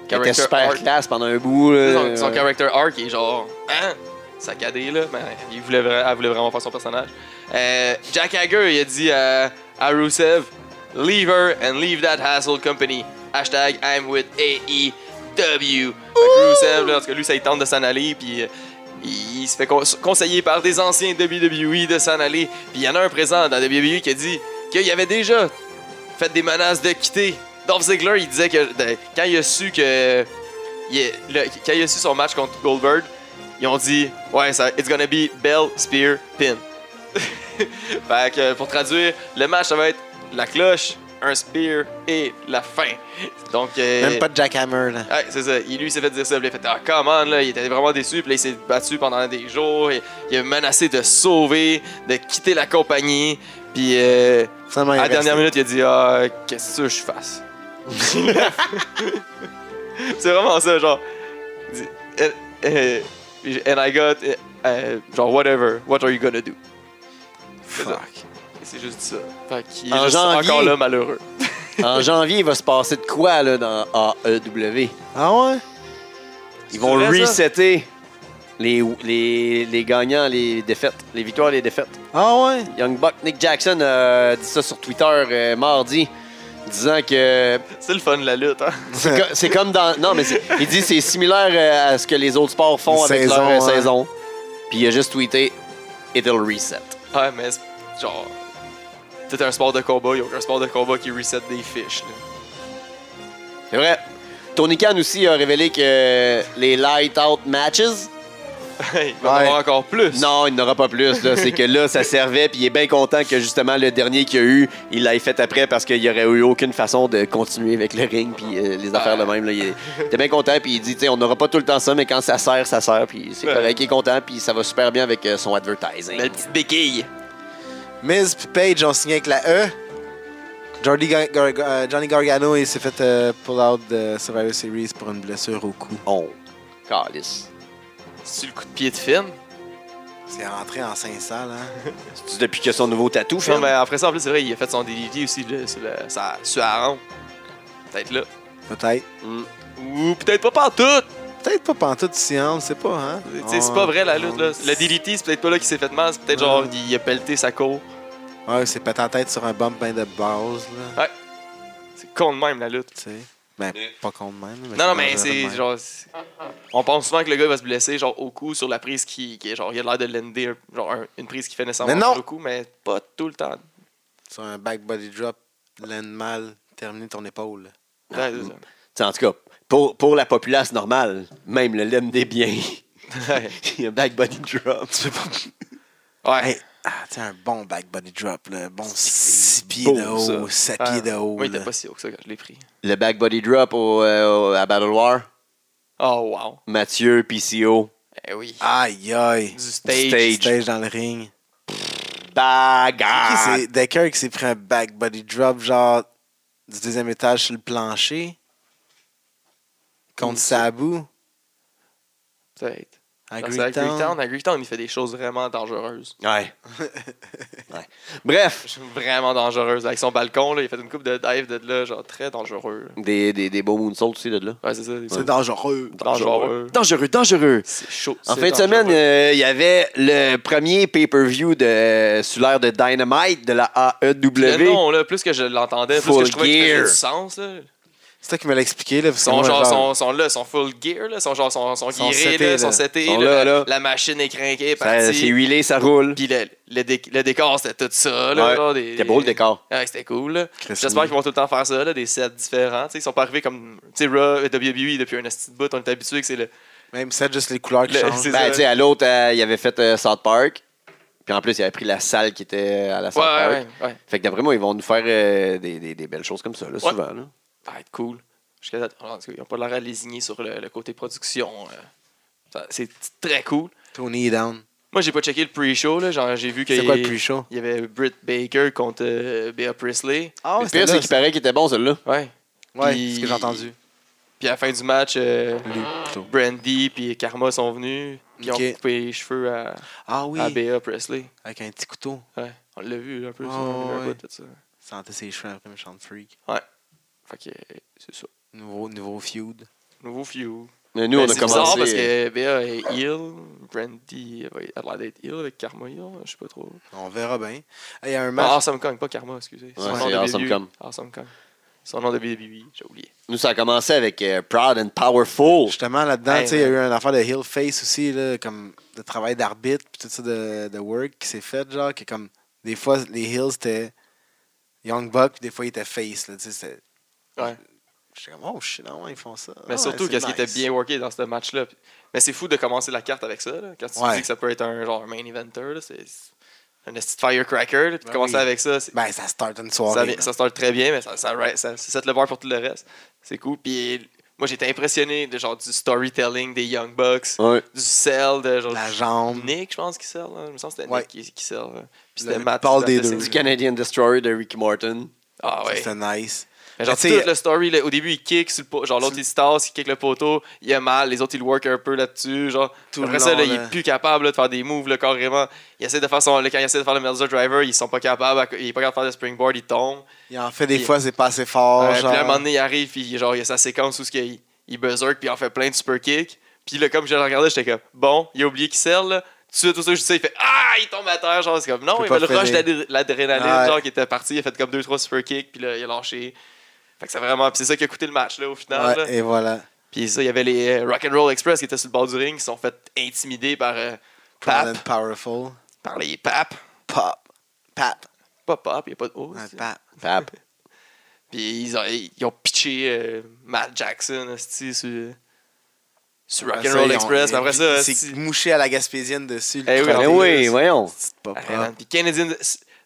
Il était character super arc. classe pendant un bout. là. Son, son Ouais. character arc est genre. Hein? Saccadé, là. Mais il voulait, vra- elle voulait vraiment faire son personnage. Euh, Jack Hager, il a dit à, à Rusev Leave her and leave that hassle company. Hashtag I'm with AEW. Fait que Rusev, là, parce que lui, ça il tente de s'en aller, puis. euh, il il se fait con- conseiller par des anciens WWE de s'en aller. Puis il y en a un présent dans WWE qui a dit qu'il y avait déjà fait des menaces de quitter. Dolph Ziggler, il disait que de- quand il a su que il est- le- quand il a su son match contre Goldberg, ils ont dit ouais ça it's gonna be Bell Spear Pin. fait que pour traduire, le match ça va être la cloche, un spear et la fin. Donc euh, Même pas de Jackhammer, là. Ouais, c'est ça. Il, lui, il s'est fait dire ça. Puis Il a fait Ah, come on, là. Il était vraiment déçu. Puis là, il s'est battu pendant des jours. Il, il a menacé de sauver, de quitter la compagnie. Puis euh, Finalement, il à la est resté. dernière minute, il a dit Ah, qu'est-ce que je fasse C'est vraiment ça, genre. il dit, Eh, eh, And I got. eh, eh, genre, whatever. What are you gonna do C'est ça. Fuck. C'est juste ça. Fait qu'il est En juste janvier- encore là, malheureux. En janvier, il va se passer de quoi là, dans AEW? Ah ouais? Ils vont C'est vrai, ça? resetter les, les, les gagnants, les défaites, les victoires, les défaites. Ah ouais? Young Buck, Nick Jackson a dit ça sur Twitter euh, mardi, disant que C'est le fun, la lutte, hein. c'est co- c'est comme dans. Non, mais c'est- il dit c'est similaire euh, à ce que les autres sports font Une avec saison, leur euh, hein. saison. Puis il a juste tweeté It'll reset. Ouais, mais c'est- genre. C'est un sport de combat, y'a aucun sport de combat qui reset des fiches. là. C'est vrai. Tony Khan aussi a révélé que les light out matches. Il va en Ouais. avoir encore plus. Non, il n'aura pas plus. là. C'est que là, ça servait, puis il est bien content que justement le dernier qu'il y a eu, il l'ait fait après parce qu'il n'y aurait eu aucune façon de continuer avec le ring, puis euh, les affaires de même. Là, il est- il était bien content, puis il dit, tu sais, on n'aura pas tout le temps ça, mais quand ça sert, ça sert, puis c'est Ouais. correct, il est content, puis ça va super bien avec euh, son advertising. Belle petite béquille. Miz puis Page ont signé avec la E. Jordi Gar- Gar- euh, Johnny Gargano, il s'est fait euh, pull out de Survivor Series pour une blessure au cou. On calisse. C'est le coup de pied de Finn. C'est rentré en hein. 500, là. C'est-tu depuis que son nouveau tatou, Non, Finn? mais après ça, en plus, c'est vrai, il a fait son délivier aussi là, sur le- sa suaron. Peut-être là. Peut-être. Mm. Ou peut-être pas partout. Peut-être pas pantoute si on ne sait pas, hein? Tu sais, c'est pas vrai la lutte. Là. Le DDT, c'est peut-être pas là qui s'est fait mal. C'est peut-être genre, Ouais. il il a pelleté sa cour. Ouais, c'est pété en tête sur un bump ben de base, là. C'est con de même la lutte. Tu sais. Ben, Mais- pas contre même. Non, non, je mais dirais c'est de même. genre. c'est- On pense souvent que le gars va se blesser, genre au coup, sur la prise qui. qui est genre, il a l'air de l'ender, un- genre un- une prise qui fait nécessairement Mais non! mal au coup, mais pas tout le temps. Sur un back body drop, land mal, terminer ton épaule. Ouais, T'sais, en tout cas, pour, pour la populace normale, même le lemme des biens, c'est ça. Ouais. il y a back body drop. Tu peux pas. Ouais. Hey, ah, t'sais, un bon back body drop, là. Bon 6 pieds beau, de haut, 7 Ah, pieds de haut. Moi, il là. était pas si haut que ça quand je l'ai pris. Le back body drop au, euh, au- à Battle War, Oh, wow. Mathieu, PCO, Eh oui. Aïe, aïe. Du stage. stage. Ah, Stage dans le ring. Qui bagarre. c'est Decker qui s'est pris un back body drop, genre, du deuxième étage sur le plancher. Contre Contre Sabu. Peut-être. À Parce qu'à Greektown. Greektown, à Greektown, il fait des choses vraiment dangereuses. Ouais. Ouais. Bref, Vraiment dangereuses. Avec son balcon, là, il a fait une coupe de dive de là, genre très dangereux. là. des, des, des beaux moonsaults aussi de là. Ouais, c'est ça. des- C'est dangereux. Dangereux. Dangereux, dangereux. C'est chaud. En c'est fin de dangereux. semaine, euh, il y avait le premier pay-per-view de, sur l'ère de Dynamite de la E Le AEW. nom, là, plus que je l'entendais, plus Full que je trouvais que ça faisait gear. du sens. Là. C'est toi qui me l'as expliqué, là. parce que Sont, moi, genre, genre, sont, sont là, sont full gear, là, sont, genre, sont, sont Sont gearés, setés, là, sont là. setés, Sont là, là, la- là. la machine est crinquée, Ça- C'est partie. huilé, ça roule. Puis le, le, dé- le décor, c'était tout ça. Là, Ouais. genre des- C'était beau le décor. Ouais, c'était cool. là. Chris, J'espère oui. qu'ils vont tout le temps faire ça, là, des sets différents. tu sais, ils sont pas arrivés comme. Tu sais, Raw, WWE, depuis un asti de bout, on est habitué que c'est le. Même ça, juste les couleurs qui Le- changent. c'est Ben, ça. tu sais, à l'autre, euh, il avait fait euh, South Park. Puis en plus, il avait pris la salle qui était à la Ouais, South ouais, Park. ouais. ouais. Fait que d'après moi, ils vont nous faire euh, des, des- des belles choses comme ça, là, souvent. là. Ça va être cool. Jusqu'à date, en tout cas, ils n'ont pas l'air à lésigner sur le, le côté production. euh. Ça- C'est très cool. Tony est down. Moi, j'ai pas checké le pre-show. là, genre, J'ai vu que C'est quoi le plus chaud? Il y avait Britt Baker contre euh, Bea Priestley. Ah, le pire, c'est qu'il paraît qu'il était bon, celui-là. Ouais. Ouais, Puis- c'est ce que j'ai entendu. Puis à la fin du match, euh, Lui, plutôt. Brandy puis Karma sont venus. Puis ils ont Ok. coupé les cheveux à, Ah à oui, Bea Priestley. avec un petit couteau. Ouais. On l'a vu un peu. Ouais, ça, on l'a vu un ouais. bout de ça. Sentait ses cheveux après méchant freak. Fait que euh, c'est ça. Nouveau, nouveau feud. Nouveau few. Mais Euh, nous, Ben, on a c'est bizarre commencé. parce que Bea est ill. Brandy elle va- elle a l'air d'être ill avec Karma ill. Je sais pas trop. On verra bien. Hey, Il y a un match. Ah, Awesome Kong, pas Karma, excusez. Son Ouais, nom c'est de Awesome WWE. Kong. Awesome Kong. Son nom de WWE, j'ai oublié. Nous, ça a commencé avec euh, Proud and Powerful. Justement, là-dedans, Hey, tu sais, il y a eu un affaire de heel face aussi, là, comme de travail d'arbitre, puis tout ça de, de work qui s'est fait, genre, que comme des fois, les heels c'était Young Buck, puis des fois, ils étaient face, là, tu sais, c'était. Ouais. J'étais comme, oh, shit, non, ils font ça. Mais Ah, surtout, ouais, qu'est-ce c'est qui était nice. bien worké dans ce match-là. Puis- Mais c'est fou de commencer la carte avec ça. Là. Quand tu Ouais. dis que ça peut être un genre un main eventer, là, c'est c'est un esti de firecracker. là, puis de Ben commencer oui. avec ça, c'est- Ben, ça start une ça, soirée. vient- là. ça start très bien, mais ça, ça, ri- ça, ça set le bar pour tout le reste. C'est cool. Puis moi, j'étais impressionné de, genre, du storytelling des Young Bucks, Ouais. du sell, de genre. La jambe. Nick, je pense, qui sell. là. Il me semble que c'était Ouais. Nick qui, qui sell. là. Puis Le- c'était le Matt. ball des Matt deux. Dessing. Du Canadian Destroyer de Ricky Martin. Ah Ça, ouais. C'était nice. Mais genre, Mais tu sais, toute la story, là, au début, il kick, sur le po- genre l'autre il se tasse, il kick le poteau, il a mal, les autres ils le work un peu là-dessus. Genre, Tout après le ça, long, là, il là. est plus capable là, de faire des moves là, carrément. Il essaie de faire son, là, quand il essaie de faire le Melzer Driver, ils sont pas capables, à co- il est pas capable de faire le springboard, il tombe. Il en fait des Puis- fois, c'est pas assez fort. Euh, puis Oh, genre... là, à un moment donné, il arrive, puis genre, il y a sa séquence où ce qu'il- il berserk, puis il en fait plein de super kicks. Puis là, comme je le regardais, j'étais comme, bon, il a oublié qu'il serre, là. Tout de suite, tout de suite, je sais, il fait Ah, il tombe à terre. Genre, c'est comme, non, Peut il pas avait le rush finir. d'adré- l'adrénaline, Ouais. genre, qui était parti. Il a fait comme 2-3 super kicks, puis là, il a lâché. Fait que c'est vraiment. Puis c'est ça qui a coûté le match, là, au final. là. ouais, et voilà. Puis ça, il y avait les euh, Rock'n'Roll Express qui étaient sur le bord du ring, qui se sont fait intimider par, euh, Proud Pap, and powerful. par les papes. Pop. Pap. Pas pap, il n'y a pas de Oh, O. Ouais, c'est- pap. Fab. Puis ils ont, ils ont pitché euh, Matt Jackson esti, sur, sur Après ça, Rock'n'Roll ils ont- Express. Puis après ça, c'est esti, mouché à la gaspésienne dessus. le Eh oui, en Mais trophée, Ben oui, là, voyons. c'est pas hey, propre. man, puis Canadian,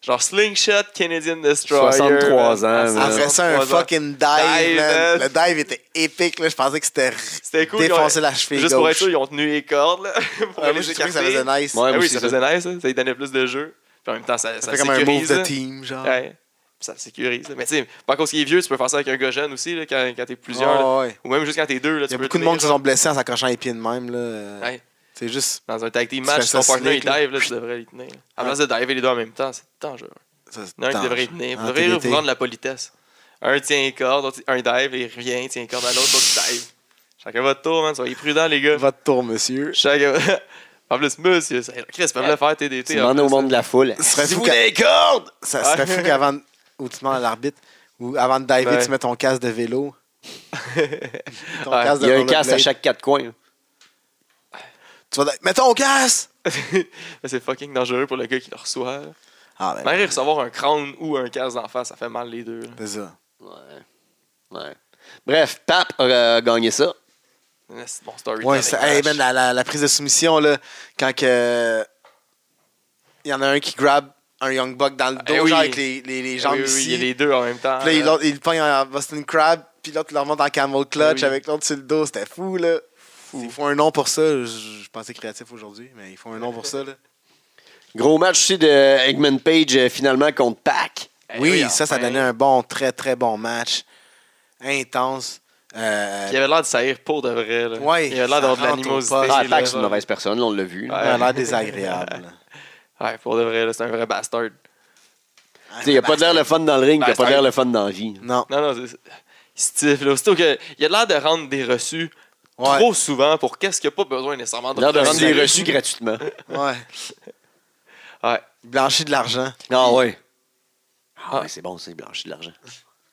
genre Slingshot, Canadian Destroyer. Ah, 63 ans, man. man. Après ça, un 63 ans. fucking dive, Dive, man. man. Le dive était épique, là. Je pensais que c'était C'était cool. ils ont- défoncer la cheville Juste gauche. pour être sûr, ils ont tenu les cordes. Là, pour Ouais, Ah, moi, les j'ai trouvé que ça écarter. faisait nice. Ouais, Ah moi oui, aussi, ça ça. faisait nice. Ça, ça lui donnait plus de jeu. Puis en même temps, ça, ça ça, fait comme un move sécurise. de là. team, genre. Ouais. Puis Ça sécurise. Mais tu sais, pas parce qu'il est vieux, tu peux faire ça avec un gars jeune aussi, là, quand, quand t'es plusieurs. là. Ouais, ouais. Ou même juste quand t'es deux. Là, Oh. Il y a tu peux beaucoup de tenir, monde qui se genre, sont blessés en s'accrochant les pieds de même, là. Ouais. C'est juste. Dans un tag team Tu match, fais si ça ton partner il slick, là. dive, là, tu devrais les tenir. En Ouais. place de diver les deux en même temps, c'est dangereux. Ça, c'est Il y en a un qui dangereux. devrait les tenir. En Vous devriez TDT. vous rendre la politesse. Un tient les cordes, l'autre- un dive, il revient, tient les cordes à l'autre, l'autre dive. Chacun votre tour, man. Soyez prudents, les gars. Votre tour, monsieur. Chacun. en plus, monsieur, c'est- Chris, peut me le faire Tu TDT. en demandes au plus, monde de la foule. serait Si fou vous qu'à- des cordes! Ça serait Ouais. fou qu'avant. de- Ou tu demandes à l'arbitre. Ou avant de diver, Ouais. tu mets ton casque de vélo. Ton Ouais, casque Il y de a un casse à rollerblade. chaque quatre coins. Tu vas dire, mets ton casse! c'est fucking dangereux pour le gars qui le reçoit. là. Ah, ben, Malgré recevoir un crâne ou un casque d'en face, ça fait mal les deux. là. c'est ça. Ouais. Ouais. Bref, Pape a euh, gagné ça. Un esti de Bon Ah, story. Ouais, c'est- hey, man, la, la- la prise de soumission, là, quand que. Il y en a un qui grab un Young Buck dans le dos, Eh oui. genre avec les, les, les jambes oui, oui, ici. il y a les deux en même temps. Puis là, il, l'autre, il le pogne en Boston Crab, puis l'autre, il le remonte en Camel Clutch Ah, Oui. avec l'autre sur le dos. C'était fou, là. Ils font un nom pour ça. Je, je pensais créatif aujourd'hui, mais ils font un nom pour ça, là. Gros match aussi de Eggman Page euh, finalement contre Pac. Eh oui, enfin. ça, ça donnait un bon, très, très bon match. Intense. Euh, Puis Il avait l'air de saillir pour de vrai. Là. Ouais, il avait l'air d'avoir de ça rentre au l'animosité. poste. Ah, Pac, ses c'est lèvres. une mauvaise personne, là, on l'a vu. là. il a l'air désagréable. là. Ouais, pour de vrai, là, c'est un vrai bastard. Tu sais, Il n'y a pas de l'air le fun dans le ring, il a Bastard. pas de l'air le fun dans la vie. Non. Non, non, c'est. Stiff, là. Aussitôt que. Il a l'air de rendre des reçus Ouais. trop souvent pour qu'est-ce qu'il n'y a pas besoin nécessairement Il a l'air de rendre Bastard. des reçus Ben, gratuitement. Ouais. Ouais. Il blanchit de l'argent. Ah ouais. Ah, c'est bon, c'est blanchi de l'argent.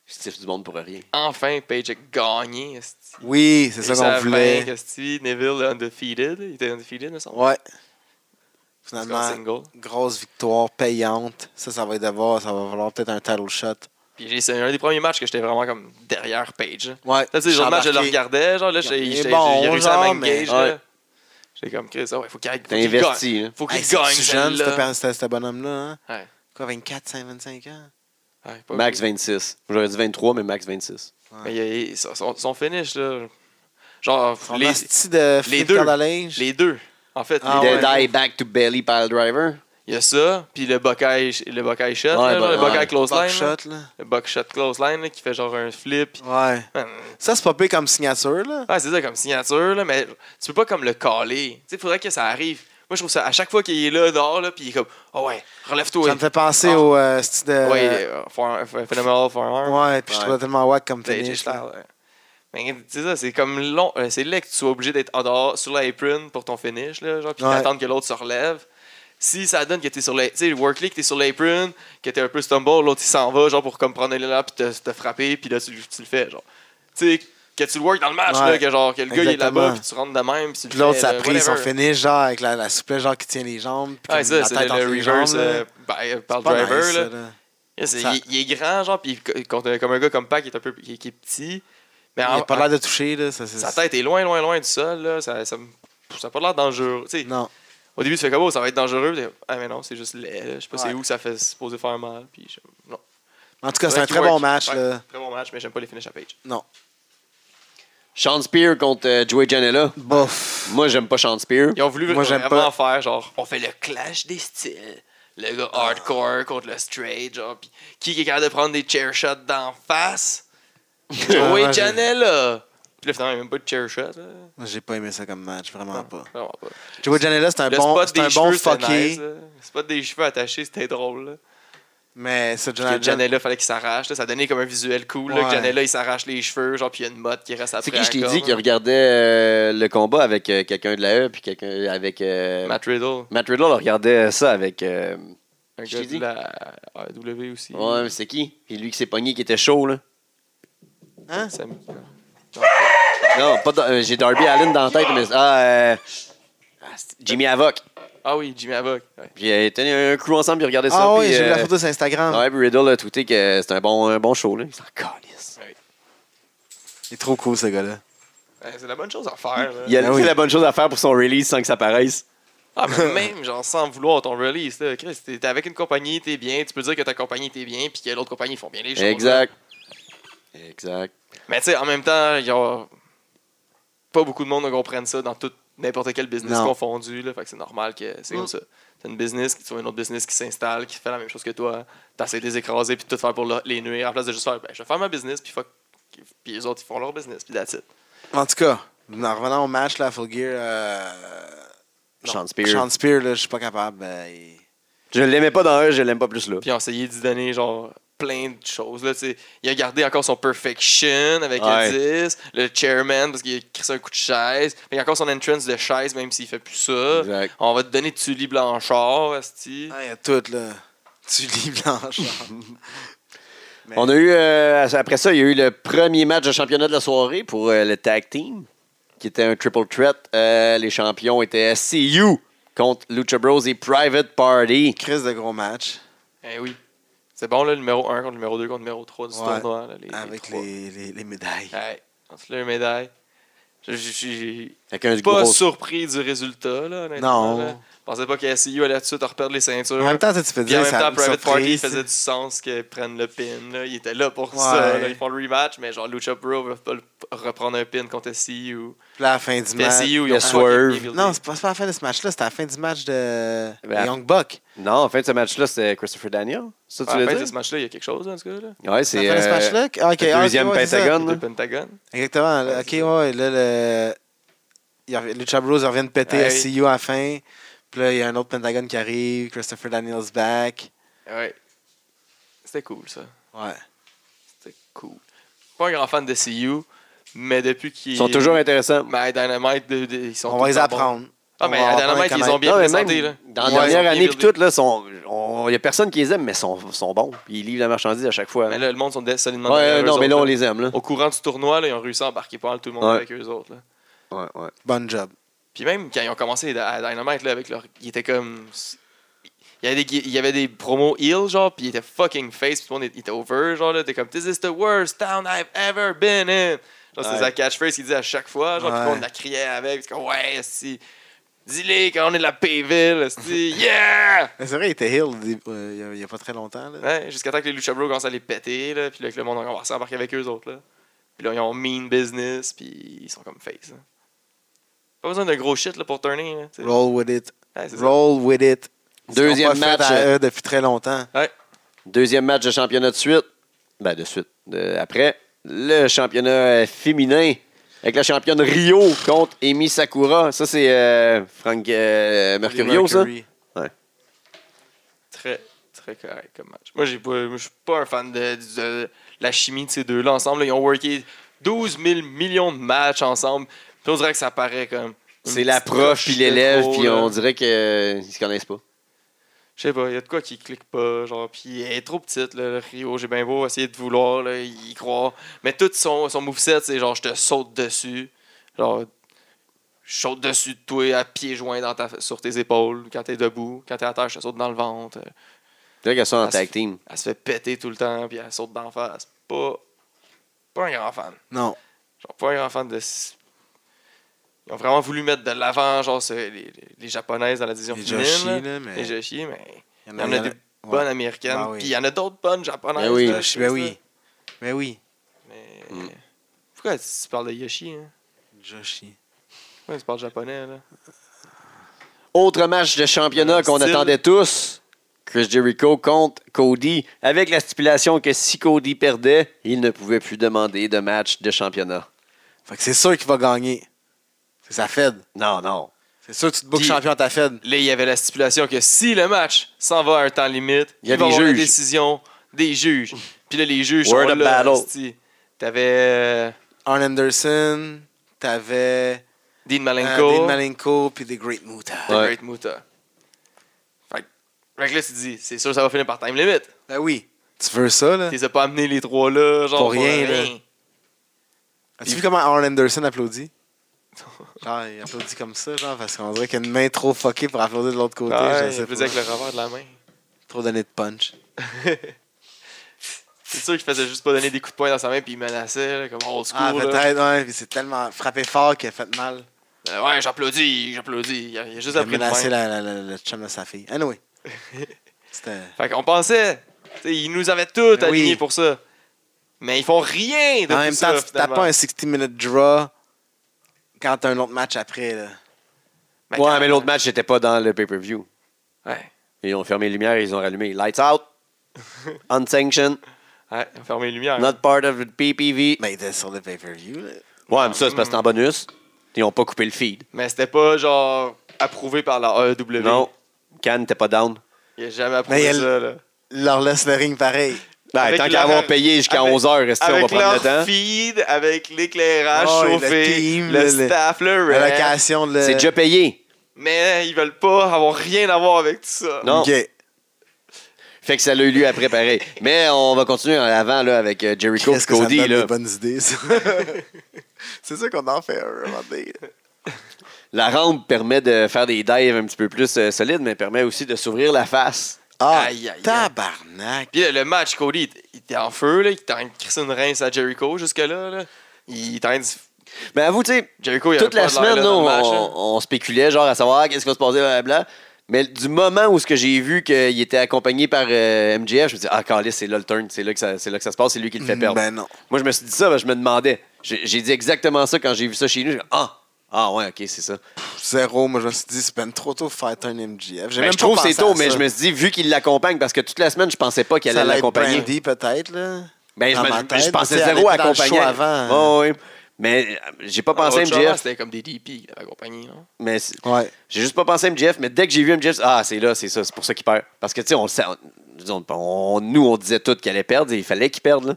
Stiff du monde pour rien. Enfin, Page a gagné. esti. Oui, c'est ça Et ça ben, qu'on voulait. vainque, esti. Neville undefeated. Il était undefeated, me semble. Ouais. Parce Finalement, qu'en single. grosse victoire payante. Ça, ça va être d'avoir, ça va valoir peut-être un title shot. Puis j'ai- c'est un des premiers matchs que j'étais vraiment comme derrière Page. là. Ouais. Là, tu sais, genre, le match, je le embarqué. regardais. Genre, là, Il j'ai est j'ai- j'ai- bon, j'ai réussi à genre, mais- m'engager. là. Ouais. J'étais comme Chris, ah ouais, faut qu'il faut T'as qu'il gagne. investi, là. Faut qu'il Hey, c'est gagne. jeune, celle-là. ce bonhomme-là. Hein? Ouais. Quoi, 24, 5, 25 ans? Ouais, pas Max beaucoup. 26. J'aurais dit 23, mais Max 26. Mais il- il- son- son, son finish, là. Genre, Son les, asti de flip deux. corde à linge. les deux. En fait, Ah les Dead deux. ouais. Eye Back to Belly Pile Driver. Il y a ça, puis le Buckeye, le Buckeye Shot, Ouais, là, bah, le Buckeye ouais. Close Line. là. Buckshot, là. Le Buckshot Close Line là, qui fait genre un flip. Ouais. Ça, c'est pas pire comme signature, là. Ah, c'est ça comme signature, là, mais tu peux pas comme le caler. Tu sais, faudrait que ça arrive. Moi, je trouve ça à chaque fois qu'il est là dehors, là, puis il est comme, oh ouais, relève-toi. Ça me fait penser Ah. au euh, style de. Ouais, euh, for- for- Phenomenal Forearm. Ouais, puis je Ouais. trouvais tellement wack comme T'sais, finish. j'ai là. l'air, ouais. Mais c'est ça, c'est comme long. euh, C'est là que tu sois obligé d'être en dehors sur l'apron pour ton finish, là, genre, puis Ouais. d'attendre que l'autre se relève. Si ça donne que t'es sur le. Tu sais, Workley, que t'es sur l'apron, que t'es un peu stumble, l'autre il s'en va, genre pour comme prendre l'élan puis te, te frapper, puis là tu, tu le fais, genre. Tu sais, que tu le work dans le match, Ouais. là, que genre, que le gars il est là-bas, Exactement. puis tu rentres de même, puis tu le Puis l'autre, fais, ça a là, pris son Euh, whatever. finish, genre, avec la, la souplesse, genre, qui tient les jambes. Puis Ouais, comme ça, la c'est tête entre le, le les reverse jambes, là. euh, by- C'est par pas driver, nice, là. ça, là. Yeah, c'est- Ça- il, il est grand, genre, puis co- contre un- comme un gars comme Pac, qui est un peu qui, est- qui est petit. Mais Il Ben, en- a pas l'air de toucher, là. Ça, c'est- sa tête est loin, loin, loin du sol. Là. Ça, ça, me- ça a pas l'air dangereux. Tu sais, Non. au début, tu fais comme oh, ça va être dangereux. Puis t'es comme, Ah, mais non, c'est juste laid. là. Je sais pas Ouais. c'est où que ça fait supposé faire mal. Puis je- non. En tout cas, c'est Faudrait un qu'il très work. bon match, Ouais, là. Très bon match, mais j'aime pas les finishes à page. Non. Sean Spear contre euh, Joey Janela. Bof. Moi, j'aime pas Sean Spear. Ils ont voulu Moi, j'aime vraiment faire genre, on fait le clash des styles. Le gars hardcore contre le straight, genre, puis qui est capable de prendre des chair shots d'en face? Ouais, Joey j'ai- Janela! Puis là, finalement, il n'y a même pas de chair shot. là. Moi, j'ai pas aimé ça comme match, vraiment pas. Vraiment pas. Joey Janela, c'est un Le bon, spot c'est un des bon cheveux, c'était fucké, nice, là. Le spot des cheveux attachés, c'était drôle. Là. mais ce Joey Puis que Janela, Janela, fallait qu'il s'arrache. là. Ça donnait comme un visuel cool. là, Ouais. que Janela, il s'arrache les cheveux, genre, puis il y a une motte qui reste C'est après. qui, je t'ai encore, dit, qui là. regardait euh, le combat avec euh, quelqu'un de la E, puis quelqu'un avec. euh, Matt. Matt Riddle, Riddle regardait ça avec. euh, un je t'ai gars de dit. la E. AEW aussi. ouais, mais c'est qui Puis lui qui s'est pogné, qui était chaud, là. hein? Ça me- Non, pas. Dar- euh, J'ai Darby Allen dans la tête, mais. Ah, euh, ah, c'est Jimmy Havoc. Ah oui, Jimmy Havoc. Ouais. Puis euh, ils tenaient un crew ensemble, puis ils regardaient ça. Ah puis, oui, j'ai vu la euh, photo sur Instagram. Ouais, puis Riddle a tweeté que c'était un bon, un bon show, là. Il s'en calisse. Il est trop cool, ce gars-là. Ouais, c'est la bonne chose à faire. là. Il a Ah oui. fait la bonne chose à faire pour son release sans que ça paraisse. Ah, mais même, genre, sans vouloir ton release, là, Chris, t'es t'es avec une compagnie, t'es bien. Tu peux dire que ta compagnie, t'es bien, puis que l'autre compagnie, ils font bien les choses. là. Exact. Exact. Mais tu sais, en même temps, il y a pas beaucoup de monde qui comprennent ça dans tout n'importe quel business Non. confondu. Là, fait que c'est normal que c'est Mm. comme ça. T'as une business, tu vois un autre business qui s'installe, qui fait la même chose que toi. T'essaies de les écraser puis de tout faire pour leur- les nuire en place de juste faire ben, je vais faire ma business puis fuck. Puis les autres, ils font leur business puis that's it. En tout cas, en revenant au match, là, à Full Gear, euh, Sean Spear. Sean Spear, là, je suis pas capable. euh, il- Je l'aimais pas dans eux, je l'aime pas plus là. Puis ils ont essayé d'y donner genre plein de choses. Là, tu sais. il a gardé encore son perfection avec Ouais. le 10, le chairman parce qu'il a crissé un coup de chaise. Il a encore son entrance de chaise même s'il fait plus ça. Exact. On va te donner Tully Blanchard, Asti. Ah, il y a tout, là. Tully Blanchard. Mais- On a eu, euh, après ça, il y a eu le premier match de championnat de la soirée pour euh, le tag team, qui était un triple threat. Euh, les champions étaient CU contre Lucha Bros et Private Party. Crise de gros match Eh oui. C'est bon, là, le numéro 1 contre le numéro 2 contre le numéro 3 du Ouais. tournoi. là, les- les avec trois. les, les, les médailles. Ouais, entre les médailles. Je je- je suis Avec un pas gros- surpris du résultat, là, honnêtement. Non. là. Je pensais pas que SCU allait tout de suite reperdre les ceintures. En même temps, tu sais, tu peux Puis en dire même ça temps, me Private Party surprise. faisait du sens qu'ils prennent le pin. Là. Ils étaient là pour Ouais. ça. là. Ils font le rematch, mais genre Lucha Bro veut pas le- reprendre un pin contre SCU. Puis là, à la fin du Puis match. SCU, ils le ont swerve. fucking rebuildé. Non, c'est pas, c'est pas la fin de ce match-là, c'était la fin du match de Ben, à- Young Buck. Non, en fin de ce match-là, c'était Christopher Daniel. Ça, tu À veux la Ah, fin dire? de ben, ce match-là, il y a quelque chose, en tout cas. Là. Ouais, C'est c'est la fin de ce euh, match-là? Ah, ok, le ah, ok, deuxième ouais, c'est ça. pentagone. Le Pentagone. Exactement. là, Ouais, ok, c'est ouais. Là, le... il rev- Lucha Bros reviennent péter Ouais. SCU à la fin. Puis là, il y a un autre Pentagone qui arrive. Christopher Daniels back. Ouais. C'était cool, ça. Ouais. C'était cool. Pas un grand fan de CU, mais depuis qu'ils. Ils sont toujours intéressants. Mais à Dynamite, de- de- ils sont. On tout va le les temps bons. apprendre. Ah, On mais va à apprendre à Dynamite, ils ont connaître. bien Non, Ah, mais présenté, même là. Dans la Ouais, dernière ils ont année, puis bien tout, là, sont- on- il n'y a personne qui les aime, mais sont, sont bons. Puis Ils livrent la marchandise à chaque fois. Mais là, le monde sont dé- solidement. ouais, derrière non, eux mais là, autres, on les aime. Là. Au courant du tournoi, là, ils ont réussi à embarquer pas mal tout le monde Ouais. avec eux autres. Là. Ouais, ouais. Bon job. Puis même quand ils ont commencé à Dynamite, là, avec leur. Ils étaient comme. Il y, avait des, il y avait des promos heel, genre, puis ils étaient fucking face, puis tout le monde était over, genre, là, t'es comme, This is the worst town I've ever been in. Genre, Ouais. c'est sa catchphrase qu'il dit à chaque fois, genre, puis Ouais. tout le monde la criait avec, puis comme, ouais, si. Dis-les qu'on est de la P-Ville, si. Yeah! Mais C'est vrai, il était heel au début, euh, il y a- il n'y a, pas très longtemps. Là. Ouais, jusqu'à temps que les Lucha Bros commencent à les péter, là, puis là, que le monde a commencé à embarquer avec eux autres, là. Puis là, ils ont mean business, puis ils sont comme face, là. Pas besoin de gros shit, là, pour turner, là, tu sais. Roll with it. Ouais, c'est ça. Roll with it. Ils Deuxième l'ont pas fait match, à euh, eux depuis très longtemps. Deuxième match de championnat de suite. Ben, de suite. De- après, le championnat euh, féminin avec la championne Rio contre Emi Sakura. Ça, c'est euh, Frank euh, Mercurio, ça. Mercury. très très correct comme match. Moi j'ai pas moi, je suis pas un fan de, de la chimie de ces deux là ensemble, là, ils ont worké 12 000 millions de matchs ensemble. Puis on dirait que ça paraît comme une C'est la petite prof coche puis de l'élève, trop, puis là. on dirait qu'ils se connaissent pas. je sais pas, il y a de quoi qui clique pas genre puis elle est trop petite là, le Rio, j'ai bien beau essayer de vouloir là, y croire, mais tout son son moveset c'est genre je te saute dessus. Genre je saute dessus de toi à pieds joints dans ta, sur tes épaules quand t'es debout, quand t'es à terre, je te saute dans le ventre. C'est vrai qu'elles sont en Ah, c'est- tag team. elle se fait péter tout le temps, puis elle saute d'en face. Pas, pas un grand fan. Non. Genre, pas un grand fan de. Ils ont vraiment voulu mettre de l'avant, genre, ce- les, les- les japonaises dans la division Les féminine. Joshi, là. là, mais. Les Joshi, mais Il il y en a des bonnes américaines, Ah oui. puis il y en a d'autres bonnes japonaises. Ben oui. là, Joshi, ben oui. Ben oui. Mais... Mm. Pourquoi tu tu parles de Yoshi, hein? Joshi. Pourquoi tu parles japonais, là? Autre match de championnat qu'on Style. attendait tous. Chris Jericho contre Cody, avec la stipulation que si Cody perdait, il ne pouvait plus demander de match de championnat. Fait que c'est sûr qu'il va gagner. C'est sa Fed. Non, non. C'est sûr que tu te bookes Dis- champion à ta Fed. Là, il y avait la stipulation que si le match s'en va à un temps limite, Il y a il va des avoir une juges. décision des juges. Puis là, les juges Word sont of là. battle. esti. T'avais euh, Arn Anderson, t'avais Dean euh, Malenko, Dean Malenko puis des Great Muta. The Ouais. Great Muta. Fait, que- fait que là, tu te dis, c'est sûr ça va finir par time limit. Ben oui. Tu veux ça, là? Tu les as pas amenés les trois là, genre. Pour rien, là. As-tu vu comment Arn Anderson applaudit? Genre, il applaudit comme ça, genre, parce qu'on dirait qu'il a une main trop fuckée pour applaudir de l'autre côté. Ouais, je sais pas. il faisait avec le revers de la main. Trop donné de punch. C'est sûr qu'il faisait juste pas donner des coups de poing dans sa main puis il menaçait, là, comme old school. Ah, là. peut-être, ouais, puis c'est tellement frappé fort qu'il a fait mal. Euh, ouais, j'applaudis, j'applaudis. Il a, il a juste Il a appris de menacé même. la, la, la- le chum de sa fille. Anyway. C'était. Fait qu'on pensait. T'sais, Ils nous avaient tout Ben oui. alignés pour ça. Mais ils font rien de En tout même ça, temps, tu tapes finalement. pas un 60-minute draw quand t'as un autre match après, là. Ben, ouais, quand- mais l'autre match n'était pas dans le pay-per-view. Ouais. Ils ont fermé les lumières, ils ont rallumé. Lights out, unsanctioned, Ouais, on fermé les lumières. not part of the PPV. Mais Ben, il était sur le pay-per-view, là. Ouais, mais ça, c'est parce que c'est en bonus. Ils n'ont pas coupé le feed. Mais c'était pas genre approuvé par la AEW. Non, Cannes n'était pas down. Il a jamais Mais approuvé il y a ça, là. Il leur laisse le ring pareil. Ben, Avec tant qu'à leur- avoir payé jusqu'à avec- 11h, restez, on va Avec prendre le leur temps. feed, avec l'éclairage Oh, et le chauffé, team, le, le- le- staff, le La rang. location, le. C'est déjà payé. Mais ils veulent pas avoir rien à voir avec tout ça. Non. Ok. Fait que ça l'a eu lieu après, pareil. Mais on va continuer avant là, avec euh, Jericho Qu'est-ce et que ça me Cody. donne Là. des bonnes idées, ça? c'est ça qu'on en fait un moment donné. La rampe permet de faire des dives un petit peu plus euh, solides, mais permet aussi de s'ouvrir la face. Ah, Aïe, aïe, aïe. tabarnak! Puis là, le match, Cody, il était- il était en feu, là. Il était en train de crisser une rince à Jericho jusque-là. Là. Il était en train de- Mais Ben, avoue, tu sais, Jericho, il avait toute la pas de l'air semaine, là là, on, dans le match, hein. là. on spéculait, genre, à savoir ah, qu'est-ce qui va se passer, blablabla. Mais du moment où ce que j'ai vu qu'il était accompagné par euh, MJF, je me dis ah, Carlis, c'est là le turn, c'est là que ça, c'est là que ça se passe, c'est lui qui le fait perdre. Ben non. Moi, je me suis dit ça, ben, je me demandais. J'ai j'ai dit exactement ça quand j'ai vu ça chez nous. J'ai dit, ah, ah ouais, ok, c'est ça. Zéro, moi je me suis dit, c'est ben trop tôt de faire un MGF. J'ai Ben, même je trouve pas que c'est pensé tôt, à mais ça. je me suis dit, vu qu'il l'accompagne, parce que toute la semaine, je pensais pas qu'il Ça allait allait être l'accompagner. Brandy, peut-être, là. Ben, je, Dans me- ma je tête, pensais tu sais, zéro elle était dans le accompagné. show avant. Ouais, ouais. Mais euh, j'ai pas pensé à Autre chose, MJF. C'était comme des DP qui l'avaient accompagné. non? Mais c'est- Ouais. j'ai juste pas pensé à MJF. Mais dès que j'ai vu MJF, ah, c'est là, c'est ça, c'est pour ça qu'il perd. Parce que, tu sais, on le sait. on- disons, on- nous, on disait tout qu'il allait perdre et il fallait qu'il perde. Là.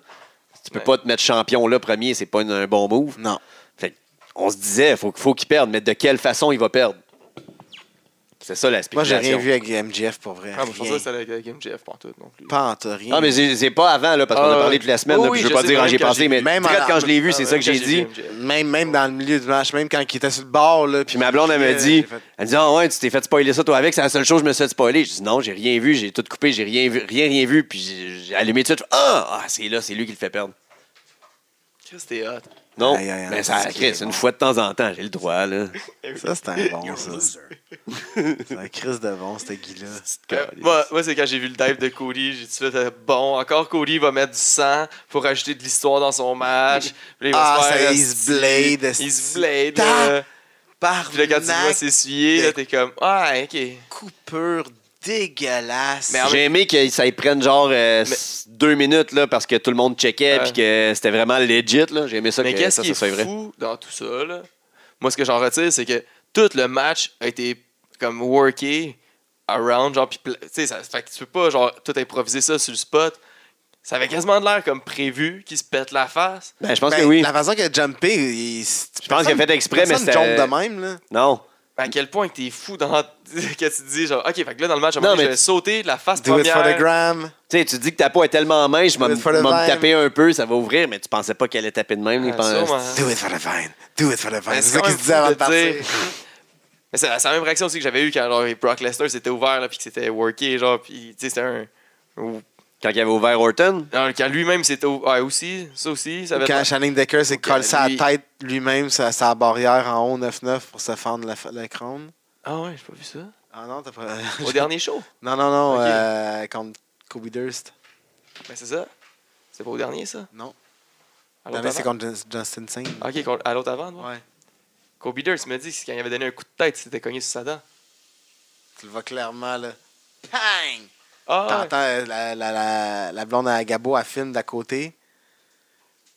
Tu peux Ouais. pas te mettre champion là premier, c'est pas une- un bon move. Non. Fait que, on se disait, faut, faut qu'il perde, mais de quelle façon il va perdre? C'est ça la Moi, j'ai spéculation. rien vu avec MGF pour vrai. Ah, mais je pensais Rien. que c'était avec- avec MJF pas en tout non plus. Pas en théorie. Non, Ah, mais c'est c'est pas avant, là, parce qu'on a Ah, parlé toute la semaine. oui, là, puis je oui, veux pas je dire sais, quand j'ai quand pensé, j'ai- mais même direct en- quand je l'ai vu, c'est Ah, ça que j'ai quand dit. vu MJF. Même, même dans le milieu du match, même quand il était sur le bord, là. Puis ma blonde, elle me Euh, dit, j'ai fait- elle me dit, ah ouais, tu t'es fait spoiler ça, toi, avec, c'est la seule chose que je me suis fait spoiler. Je dis, non, j'ai rien vu, j'ai tout coupé, j'ai rien vu, rien, rien vu, puis j'ai- j'ai allumé tout de suite. Ah, ah, c'est là, c'est lui qui le fait perdre. Chris, t'es hot. Non, Aïe, aïe, aïe, mais ça, c'est Chris, bon. une fois de temps en temps, j'ai le droit, là. Ça, c'était un bon, ça. C'est un Chris de bon, c'était Guy-là. Euh, moi, moi, c'est quand j'ai vu le dive de Cody, j'ai tout de suite euh, bon, encore Cody va mettre du sang pour ajouter de l'histoire dans son match. Puis là, il va Ah, se faire, ça, euh, il se blade, sti- Il sti- se blade. là. Par Puis là, quand tu le vois s'essuyer, là, de- t'es comme ah, ok. coupure dégueulasse. Mais en J'ai aimé que ça y prenne genre euh, s- deux minutes là, parce que tout le monde checkait Ouais. puis que c'était vraiment legit. là. J'ai aimé ça Mais que qu'est-ce ça, qui ça est soit vrai. fou dans tout ça là? Moi, ce que j'en retire, c'est que tout le match a été comme worké around, genre, puis pla- tu sais, ça fait que tu peux pas genre tout improviser ça sur le spot. Ça avait quasiment de l'air comme prévu qu'il se pète la face. Ben, je pense Ben, que oui. La façon qu'il a jumpé, il... je pense qu'il a fait exprès, mais c'était... c'était- jump de même, là. Non. à quel point que t'es fou dans que tu te dis genre ok fait que là dans le match à un Non, moment donné, mais je vais tu- sauter de la face Do it première for the gram. Tu sais, tu dis que ta peau est tellement mince, je vais Do me it for the je vais me vibe. taper un peu, ça va ouvrir, mais tu pensais pas qu'elle allait taper de même. les Ah, pen- sûrement. Do it for the vine. Do it for the vine. Mais C'est ça quand qu'il même se disait fou avant de dire. partir. mais c'est la, c'est la même réaction aussi que j'avais eu quand genre, Brock Lesnar s'était ouvert là, puis que c'était worké genre puis tu sais c'était un ou- Quand il avait ouvert Orton, non, quand Ah, lui-même s'était ouvert ouais, aussi ça aussi ça avait Quand Shannon Decker s'est Ok, collé sa lui- tête lui-même sur sa barrière en haut 9-9 pour se fendre la- le crâne. ah ouais j'ai pas vu ça Ah non, t'as pas... au dernier show Non, non, non, Ok. euh, contre Kobe Durst. mais Ben, c'est ça c'est pas au dernier ça Non. à Le l'autre dernier, c'est avant contre Jun- Justin Singh. Ah, ok con- à l'autre avant non? Ouais. Kobe Durst me dit que quand il avait donné un coup de tête il s'était cogné sur sa dent Tu le vois clairement, là. Pang! ah ouais. T'entends euh, la, la, la, la blonde à Gabo, elle filme d'à côté.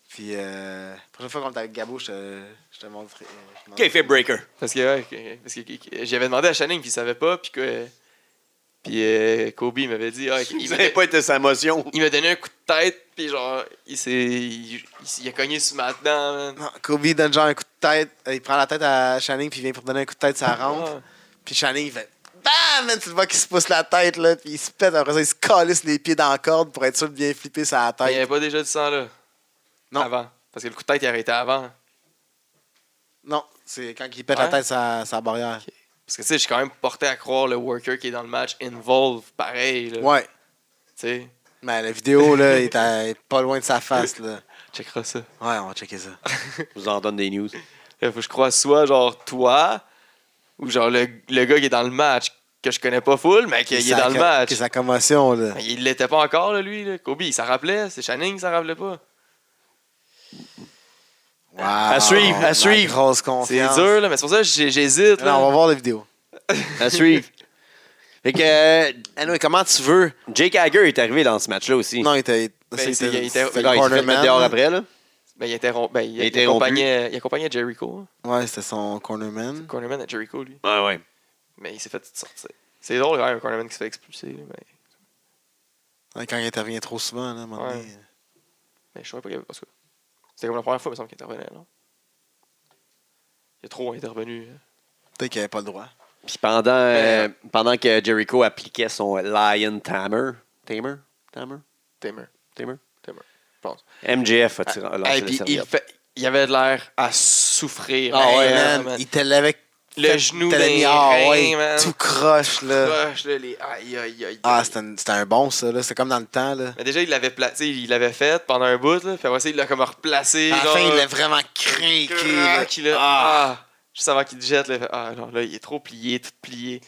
Puis, euh, la prochaine fois qu'on est avec Gabo, je te, je te montre. euh, je te montre. fait breaker. Parce que, ouais, que- parce que, que- que- j'avais demandé à Channing, puis il savait pas, puis que. Puis euh, Kobe il m'avait dit, ah, il, Il m'a, n'avait pas été sa motion. il m'a donné un coup de tête, puis genre, il s'est. Il, il- il a cogné sur ma dent, man. Non, Kobe donne genre un coup de tête. euh, Il prend la tête à Channing, puis il vient pour donner un coup de tête, ça rentre. Ah. Puis Channing, il fait BAM! Man, tu le vois qu'il se pousse la tête, là, puis il se pète. Après ça, il se calisse les pieds dans la corde pour être sûr de bien flipper sa Mais Il n'y tête. avait pas déjà du sang, là. Non. Avant. Parce que le coup de tête, il arrêtait avant. Non, c'est quand il pète Hein? Ouais. la tête sa, sa barrière. Parce que, tu sais, je suis quand même porté à croire le worker qui est dans le match involve, pareil, là. Ouais. Tu sais, Mais la vidéo, là, est à- est pas loin de sa face, là. checkera ça. Ouais, on va checker ça. Je vous en donne des news. Là, faut que je crois soit, genre, toi, ou genre, le, le gars qui est dans le match, que je connais pas full, mais qui est Sa- dans le match. que sa commotion, là. Mais il l'était pas encore, là, lui. Là. Kobe, il s'en rappelait. C'est Channing qui s'en rappelait pas. Wow. À suivre, à La suivre. Grosse C'est confiance. dur, là, mais c'est pour ça que j'ai- j'hésite. Non, on va là. voir la vidéo. À suivre. Fait que euh, Anyway, comment tu veux? Jake Hager est arrivé dans ce match-là aussi. Non, il était. c'est- c'était- il Ah, Ben, c'était était- il s'est fait cornerman, mettre dehors là. après, là. Ben, il, interrompt, ben, il, Il il était accompagnait, il accompagnait Jericho. hein. Ouais, c'était son cornerman. Cornerman à Jericho, lui. Ouais, ouais. Mais il s'est fait sortir. C'est drôle, quand même, un cornerman qui se fait expulser. là, ben. Mais, Ouais, Quand il intervient trop souvent, là, à un moment donné. mais je savais pas qu'il y avait pas ça. C'était comme la première fois, il me semble, qu'il intervenait. Non? Il a trop intervenu. hein. Peut-être qu'il avait pas le droit. euh, Puis pendant, euh, pendant que Jericho appliquait son Lion Tamer, Tamer? Tamer? Tamer, Tamer? je pense. MJF a tiré a lancé Hey, la puis il, serviette. fait- il avait de l'air à souffrir. Ah Hey, ouais, man, man. il te l'avait avec Le genou te dans l'avait mis- les ah, reins, ouais, man. tout croche, là. Crush, là, les- Aïe, aïe, aïe. Ah, c'était un, c'était un bon, ça, là. C'était comme dans le temps, là. Mais déjà, il l'avait placé, il l'avait fait pendant un bout, là. Puis après ça, il l'a comme replacé. À la genre, fin, il l'a vraiment craqué, là. Crac, il l'a- Ah. ah. Juste avant qu'il le jette, là, il fait, ah non, là, il est trop plié, tout plié.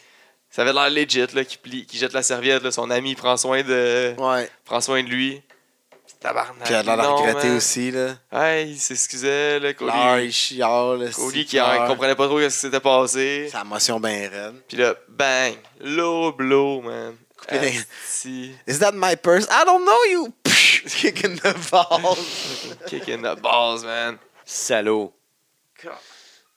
Ça avait l'air legit, là, qu'il plie- qu'il jette la serviette, là. Son ami prend soin de, Ouais. prend soin de lui. Tabarnak. Puis il a l'air de Ah. non, regretter man. aussi, là. Ouais, il s'excusait, là, Cody. Là, il chiale, là. Cody c'est qui en clair. comprenait pas trop ce qui s'était passé. Sa motion bien raide. Puis là, bang, low blow, man. Coupé d'un- Si, Is that my purse? I don't know you! Psh, Kick in the balls. kick in the balls, man. Salaud.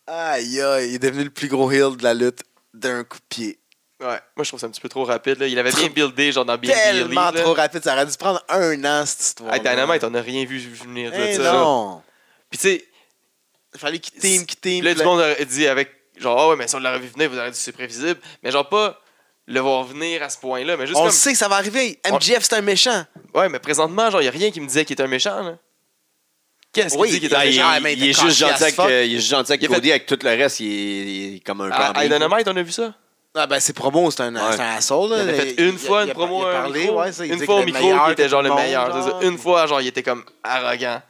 Aïe, aïe, il est devenu le plus gros heel de la lutte d'un coup de pied. Ouais, moi je trouve ça un petit peu trop rapide. Là. Il avait bien buildé, genre dans Being Billy. Tellement Là. trop rapide, ça aurait dû prendre un an, cette histoire. Hey, Dynamite, on n'a rien vu venir de Eh ça. non! Puis tu sais, Il fallait qu'il team, qu'il team. là, puis du monde aurait dit avec genre, ah ouais, mais si on l'aurait vu venir, vous auriez dit c'est prévisible. Mais genre, pas le voir venir à ce point-là. Mais juste on le comme. sait que ça va arriver. MJF, c'est un méchant. Ouais, mais présentement, genre, il a rien qui me disait qu'il était un méchant. là. Qu'est-ce qui Oui, dit qu'il il était un a- Ah, méchant? il, Ah, mais il est t'es juste cocky as gentil avec, fuck. euh, il est juste gentil avec Il a fait- Ah, Cody, avec tout le reste, il est, il est comme un plan À, à B. Dynamite, on a vu ça? Ah, ben, ses promos, c'est un, Ouais. c'est un asshole. Il là. avait fait une a- fois il une a- promo il a à un parlé, micro. ouais, ça, il une disait fois que au le micro, meilleur il était genre que le tout meilleur. monde, C'est ça. genre. Une fois, genre, il était comme arrogant.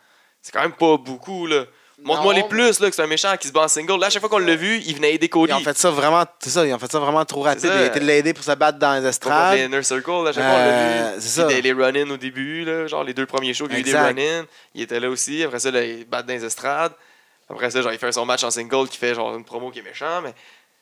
C'est quand même pas beaucoup, là. Montre-moi Non, les plus, là, que c'est un méchant qui se bat en single. Là, à chaque fois qu'on l'a vu, il venait aider Cody. Ils ont fait ça vraiment, c'est ça, ils ont fait ça vraiment trop rapide. C'est Il ça. a été de l'aider pour se battre dans les Contre les estrades. Inner Circle, là, à chaque fois, on l'a Euh, vu. c'est Puis ça. des- les run-in au début, là, genre les deux premiers shows, il y a eu des Exact. run-in. Il était là aussi. Après ça, là, il bat dans les estrades. Après ça, genre, il fait son match en single qui fait genre une promo qui est méchant, mais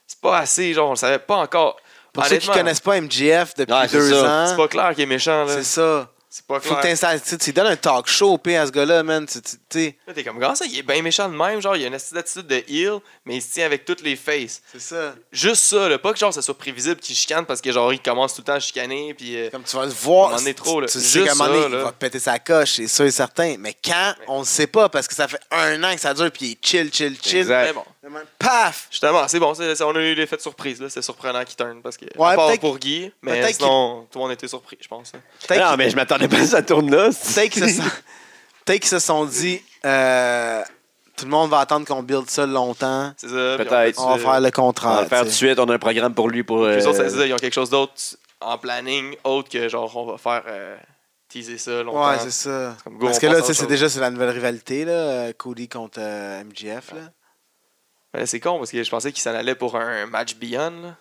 c'est pas assez, genre, on le savait pas encore. Pour ceux qui Honnêtement, connaissent pas MJF depuis Ouais, c'est deux ça. C'est ans, pas clair qu'il est méchant, là. c'est ça. C'est pas Faut clair. que t'installes- tu sais, Tu lui donnes un talk show au pire à ce gars-là, man. Tu tu- tu sais. Là, t'es comme, comment ça, il est bien méchant de même, genre, il a une attitude de heal, mais il se tient avec toutes les faces. C'est ça. Juste ça, là, pas que genre, ça soit prévisible qu'il chicane parce que genre, il commence tout le temps à chicaner, puis. euh, Comme tu vas le On voir. en est trop, là. Tu sais Juste qu'à un moment donné, ça, là. il va péter sa coche, c'est sûr et certain. Mais quand, on le sait pas, parce que ça fait un an que ça dure, puis il est chill, chill, chill. Exact. Mais bon, Paf! justement, c'est bon, c'est- on a eu l'effet de surprise, là, c'est surprenant qu'il turn parce que. Ouais, à part peut-être pour Guy, mais peut-être sinon, tout le monde était surpris, je pense. hein. là. Peut-être non, qu'il- mais je m'attendais pas à ça tourne là. Peut-être qu'ils se, sont- peut-être qu'ils se sont dit euh, tout le monde va attendre qu'on build ça longtemps. C'est ça. puis Peut-être. on On va fait du- faire le On va contraire. le faire tout de tu sais. suite, on a un programme pour lui pour. Puis eux euh, autres, ça, c'est ça, ils ont quelque chose d'autre en planning, autre que genre, on va faire euh, teaser ça longtemps. Ouais, c'est ça. Comme go, Parce on que passe là, à tu sais, autre c'est chose. déjà c'est la nouvelle rivalité, là, euh, Cody contre euh, MGF. Là. Ouais, c'est con parce que je pensais qu'il s'en allait pour un match Beyond. là.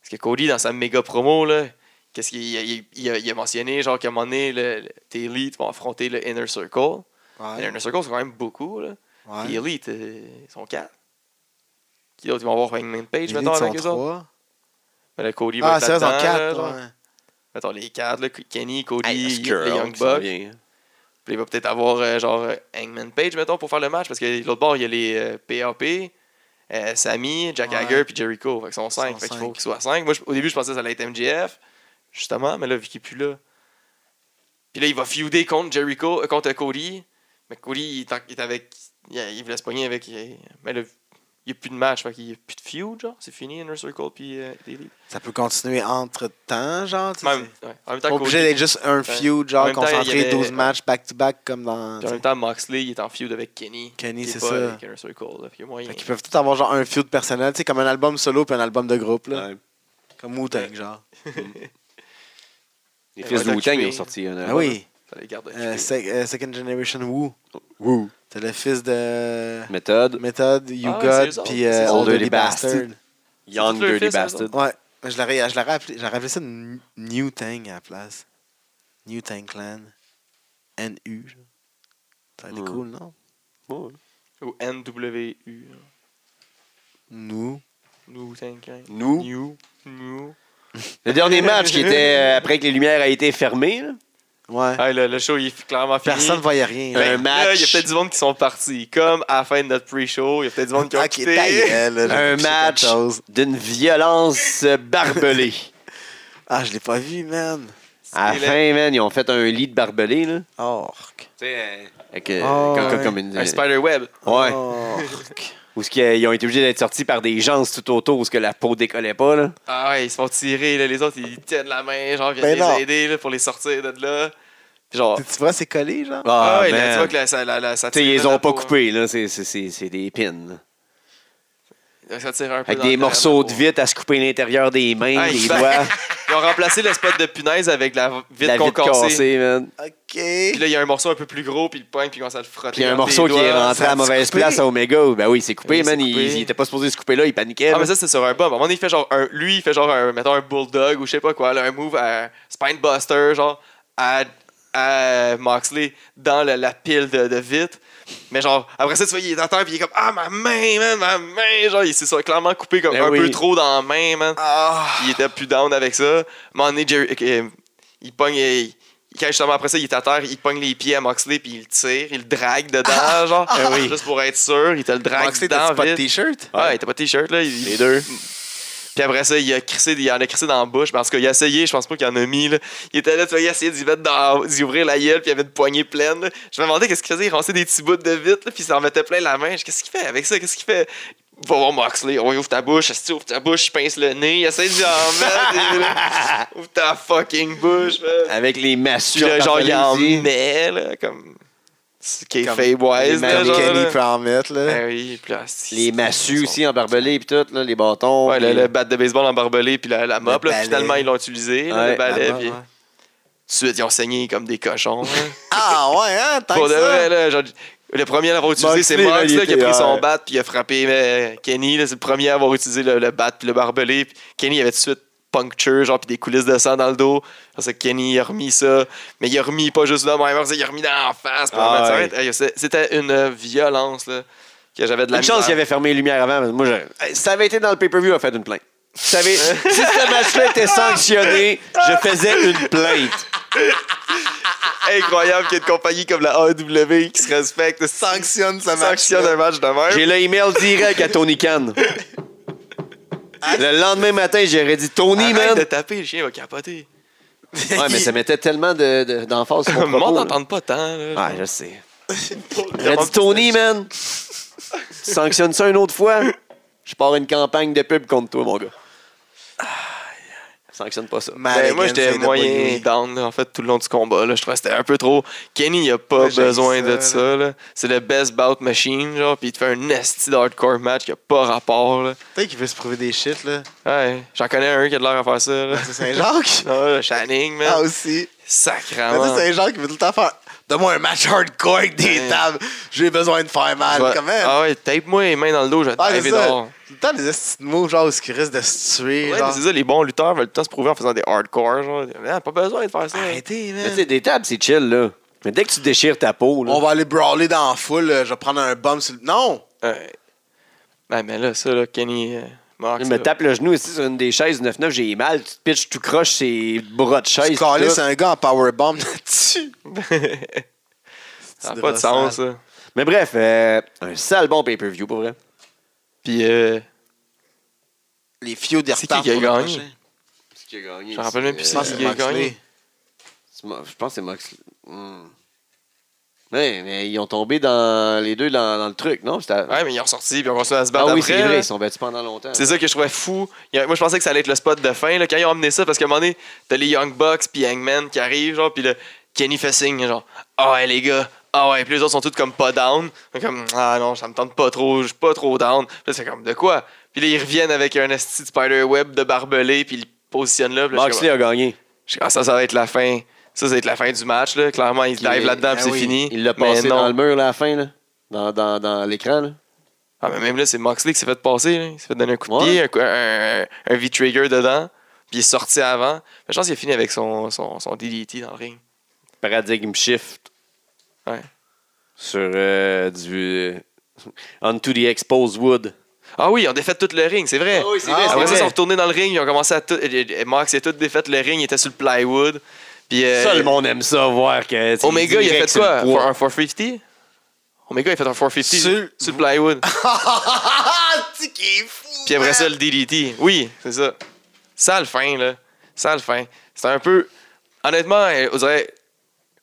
Parce que Cody, dans sa méga promo, là, qu'est-ce qu'il il, il- il a, il a mentionné genre qu'à un moment donné, le- le- tes élites vont affronter le Inner Circle. Ouais. L'Inner Circle, c'est quand même beaucoup. Là. ouais. Les élites, euh, ils sont quatre. Qui d'autre ils vont avoir Hangman Page, Les mettons, Elite sont avec eux autres. trois. Mais le Cody va Ah, être c'est vrai, là-dedans, sont là, genre. quatre. ouais. Mettons, les quatre, là, Kenny, Cody, Hey, les Skrull Young qui s'en Bucks. vient. Puis il va peut-être avoir euh, genre euh, Hangman Page, mettons, pour faire le match. Parce que de l'autre bord, il y a les euh, PAP, euh, Sammy, Jack Ouais. Hager, puis Jericho. Fait qu'ils sont 5. sont Fait qu'il cinq. faut qu'ils soient 5. Moi, je- au début, je pensais que ça allait être MJF, justement, mais là, vu qu'il est plus là. Puis là, il va feuder contre Jericho, euh, contre Cody. Mais Cody, il est, en- il est avec. Il, il voulait se pogner avec. il- mais là, il n'y a plus de match. Fait qu'il n'y a plus de feud, genre. C'est fini, Inner Circle, puis euh, Elite. Ça peut continuer entre temps, genre. tu sais, Même, ouais. En même c'est temps, pas obligé Cody. d'être juste un feud, genre En même temps, il y concentré avait- 12 matchs back-to-back comme dans. Puis en même temps, Moxley, il est en feud avec Kenny. Kenny, qui est c'est pas ça. avec euh, Inner Circle. là. Fait qu'il y a moyen. Fait qu'ils peuvent tout avoir genre un feud personnel, tu sais, comme un album solo puis un album de groupe, là. Ouais. Comme Wu-Tang, genre. Les Ouais, fils de ouais, Wu-Tang, occupé. ils ont sorti. un Ah album. oui. Ça les garde Euh, occupés. sec- euh, second Generation Wu. Woo. C'est le fils de euh, Méthode. Method, You Ah ouais, c'est eux God, autres. puis C'est euh, eux Old autres. Dirty Les Bastard. bastards. Young tous leurs Dirty fils, eux Bastard. Ouais, je l'aurais je l'aurais appelé, j'aurais appelé ça N- New Tang à la place. New Tang Clan. N-U. genre. Ça a été Ouais. cool, non? Ouais. Ou NWU. là. Nous. hein. New Tankin. Nous. New. New. Le dernier match qui était euh, après que les lumières aient été fermées. là. Ouais. Ah, le, le show, il est clairement fini. Personne ne voyait rien. Ouais. là. Ben, un match. là, Il y a peut-être du monde qui sont partis. Comme à la fin de notre pre-show, il y a peut-être du monde qui ont Ok, quitté. ta gueule, là, j'ai Un touché quelque match chose. d'une violence euh, barbelée. Ah, je l'ai pas vu, man. à la C'était fin, man, ils ont fait un lit de barbelé. Là, Orc. avec, euh, comme, Oh, comme- ouais. comme une. euh, Un spider web. ouais. Orc. où ce qu'ils ont été obligés d'être sortis par des gens tout autour, où ce que la peau décollait pas. Là. Ah ouais, ils se font tirer, là, les autres, ils tiennent la main, genre, viennent Ben les non. aider là, pour les sortir de là. Puis genre, Tu vois, c'est collé, genre. ah ouais, là, man. tu vois que la, ça- la, la- ça Tu sais, ils tire les dans ont la pas peau, coupés, là. C'est- c'est- c'est c'est des pins. là. hein. Ça tire un peu Avec dans le des terrain, morceaux la de peau. vitre à se couper l'intérieur des mains, Ah, des il- doigts, Ils ont remplacé le spot de punaise avec la vitre la qu'on vitre cassée, man. Puis OK. là, il y a un morceau un peu plus gros, puis le poing, puis il commence à le frotter. Puis un entre les morceau qui est doigts. rentré ça à a mauvaise se coupé. place au Omega, ben oui, c'est coupé, Oui, c'est man. Il, coupé. il était pas supposé se couper là, il paniquait. Ah, là. mais ça, c'est sur un bum. À un moment donné, il fait genre un, lui, il fait genre un, mettons, un bulldog ou je sais pas quoi, là, un move à Spinebuster, genre à, à Moxley dans le- la pile de, de vite. Mais genre, après ça, tu vois, il est dans terre, puis il est comme Ah, ma main, man, ma main. Genre, il s'est soit clairement coupé comme Ben un oui. peu trop dans la main, man. Ah. Il était plus down avec ça. À un moment donné, Jerry- euh, il pogne. euh, il- quand justement après ça, il est à terre, il pogne les pieds à Moxley, puis il le tire, il le drague dedans, genre. Ah oui. Juste pour être sûr, il te le drague Moxley, dedans. t'as-tu pas de vite. t-shirt? Ouais, il était pas de t-shirt, là. Il... Les deux. Puis après ça, il, a crissé, il en a crissé dans la bouche. Parce qu'il a essayé, je pense pas qu'il en a mis, là. Il était là, tu vois, il a essayé d'y mettre dans- d'y ouvrir la gueule, puis il avait une poignée pleine, là. Je me demandais qu'est-ce qu'il faisait. Il rançait des petits bouts de vitre, là, puis il s'en mettait plein la main. Je dis, Qu'est-ce qu'il fait avec ça? Qu'est-ce qu'il fait? Va voir Moxley, on ouvre ta bouche, si tu ouvres ta bouche, je pince le nez, essaye d'y en mettre, et là, ouvre ta fucking bouche, man. Avec les Puis massues. là, genre, il en paralysées. met, là, comme. C'est Comme- kayfabe-wise, là, Comme genre, Kenny là. peut en mettre, là. Ben oui, puis là, c'est- Les massues aussi en barbelé et tout, là, les bâtons. Ouais, le, puis- euh, le bat de baseball embarbelé puis la, la mop, Le là, balai. finalement, ils l'ont utilisé, là, Ouais, le balai. Ah, puis ouais. tout de suite, ils ont saigné comme des cochons. là. Ah, ouais, hein, tant Pour que de ça. vrai, là, genre, le premier à l'avoir utilisé, Moxley, c'est là, Mox il là, qui a était- pris son ouais. bat puis il a frappé euh, Kenny. là, C'est le premier à avoir utilisé le, le bat puis le barbelé. Puis Kenny avait tout de suite puncture, genre, puis des coulisses de sang dans le dos. Parce que Kenny, il a remis ça. Mais il a remis pas juste là, mais il a remis dans la face. puis Ah, vraiment, ouais. ça, hey, c'est- C'était une euh, violence là, que j'avais de la Une chance misère. qu'il avait fermé les lumières avant. mais Moi, je- Ça avait été dans le pay-per-view, à fait une plainte. Ça avait- si ce match-là était sanctionné, je faisais une plainte. Incroyable qu'il y ait une compagnie comme la AEW qui se respecte Sanctionne ce match. sanctionne un match de même. J'ai le email direct à Tony Khan. Le lendemain matin, j'aurais dit Tony, Arrête de man. taper, le chien va capoter. Ouais, mais ça mettait tellement de- de- d'emphase de, Le sur mon monde propos. là. n'entend pas tant. Là. Ouais, je sais. J'aurais J'aurais dit Tony, man. Tu sanctionnes ça une autre fois, je pars une campagne de pub contre toi, mon gars. Sanctionne pas ça. Ben, moi, j'étais moyen down, là, en fait, tout le long du combat. Là. Je trouvais que c'était un peu trop. Kenny, il a pas Ouais, j'ai besoin ça, de là. ça. là. C'est le best bout machine, genre, puis il te fait un nasty hardcore match qui a pas rapport. Là. Peut-être qu'il veut se prouver des shit, là. Ouais, j'en connais un qui a de l'air à faire ça. Là. C'est Saint-Jacques. Non, là, Channing, man. Ah, aussi. Mais Sacrament. tu sais, Saint-Jacques qui veut tout le temps faire. Donne-moi un match hardcore avec des Ouais. tables. J'ai besoin de faire mal, Ouais. quand même. Ah ouais, tape-moi les mains dans le dos, je vais te Ah, c'est driver ça. dehors. Tout le temps, les petits mots, genre, où ce qui risque de se tuer. Ouais, mais genre. c'est ça, les bons lutteurs veulent tout le temps se prouver en faisant des hardcore. Genre, Ah, pas besoin de faire ça. Arrêtez, Mais tu man. sais, des tables, c'est chill, là. Mais dès que tu déchires ta peau, là. On va aller brawler dans la foule. euh, Je vais prendre un bum sur le. Non! Ouais. Ben, Euh, mais là, ça, là, Kenny euh, Mox. Je me là. tape le genou ici sur une des chaises du 9-9, j'ai mal, tu te pitches, tu croches, c'est bras de Tu chaise. calais, tout. c'est un gars en powerbomb là-dessus. ça C'est n'a pas de sens, sale. ça. Mais bref, euh, un sale bon pay-per-view, pour vrai. Puis, euh, Les fio des C'est qui retards qui a pour le gagné? prochain. Je Je me rappelle même plus Je c'est pense qui que qui c'est euh, a gagné. Moxley. C'est Mo- Je pense que c'est Mox. Hmm. Ouais, mais ils ont tombé dans les deux dans, dans le truc, non? C'était à- Ouais, mais ils ont ressorti, puis on continue à se ah battre oui, après. c'est vrai, là. ils sont battus pendant longtemps. C'est ça que je trouvais fou. Il y a- Moi, je pensais que ça allait être le spot de fin. Là, quand ils ont amené ça, parce qu'à un moment donné, t'as les Young Bucks puis Hangman qui arrivent, genre, puis le Kenny fait signe, genre, ah ouais, les gars, ah ouais, puis les autres sont tous comme pas down. Comme, ah non, ça me tente pas trop, je suis pas trop down. Puis là, c'est comme, de quoi? Puis là, ils reviennent avec un esti de Spider-Web de barbelé, puis ils le positionnent là. Puis là, je suis Moxley a gagné. comme, ah, ça, ça va être la fin. Ça, ça va être la fin du match, là. Clairement, ils Il- ben dive là-dedans, puis ah c'est oui, fini. Il l'a Mais passé non. dans le mur là, à la fin, là. Dans, dans, dans l'écran. là. Ah, mais même là, c'est Moxley qui s'est fait passer. Là. Il s'est fait donner un coup de Ouais. pied, un, coup- un- un V-trigger dedans, puis il est sorti avant. Mais je pense qu'il a fini avec son, son, son DDT dans le ring. Paradigm shift. Ouais. Sur euh, du. Onto the exposed wood. Ah oui, ils ont défait tout le ring, c'est vrai. oui, c'est vrai, Ah, c'est Après ça, ils vrai. sont retournés dans le ring, ils ont commencé à tout. et- et- et Mox, il a tout défait le ring, il était sur le plywood. Puis, euh, Ça, le monde aime ça, voir que. c'est Omega, il a direct fait sur quoi le poids. Un 450 Omega, il a fait un 450 sur, Sur- le plywood. Ah, tu qui est fou! Puis après ça, man. le DDT. Oui, c'est ça. Sale fin, là. Sale fin. C'était un peu. Honnêtement, euh, on dirait.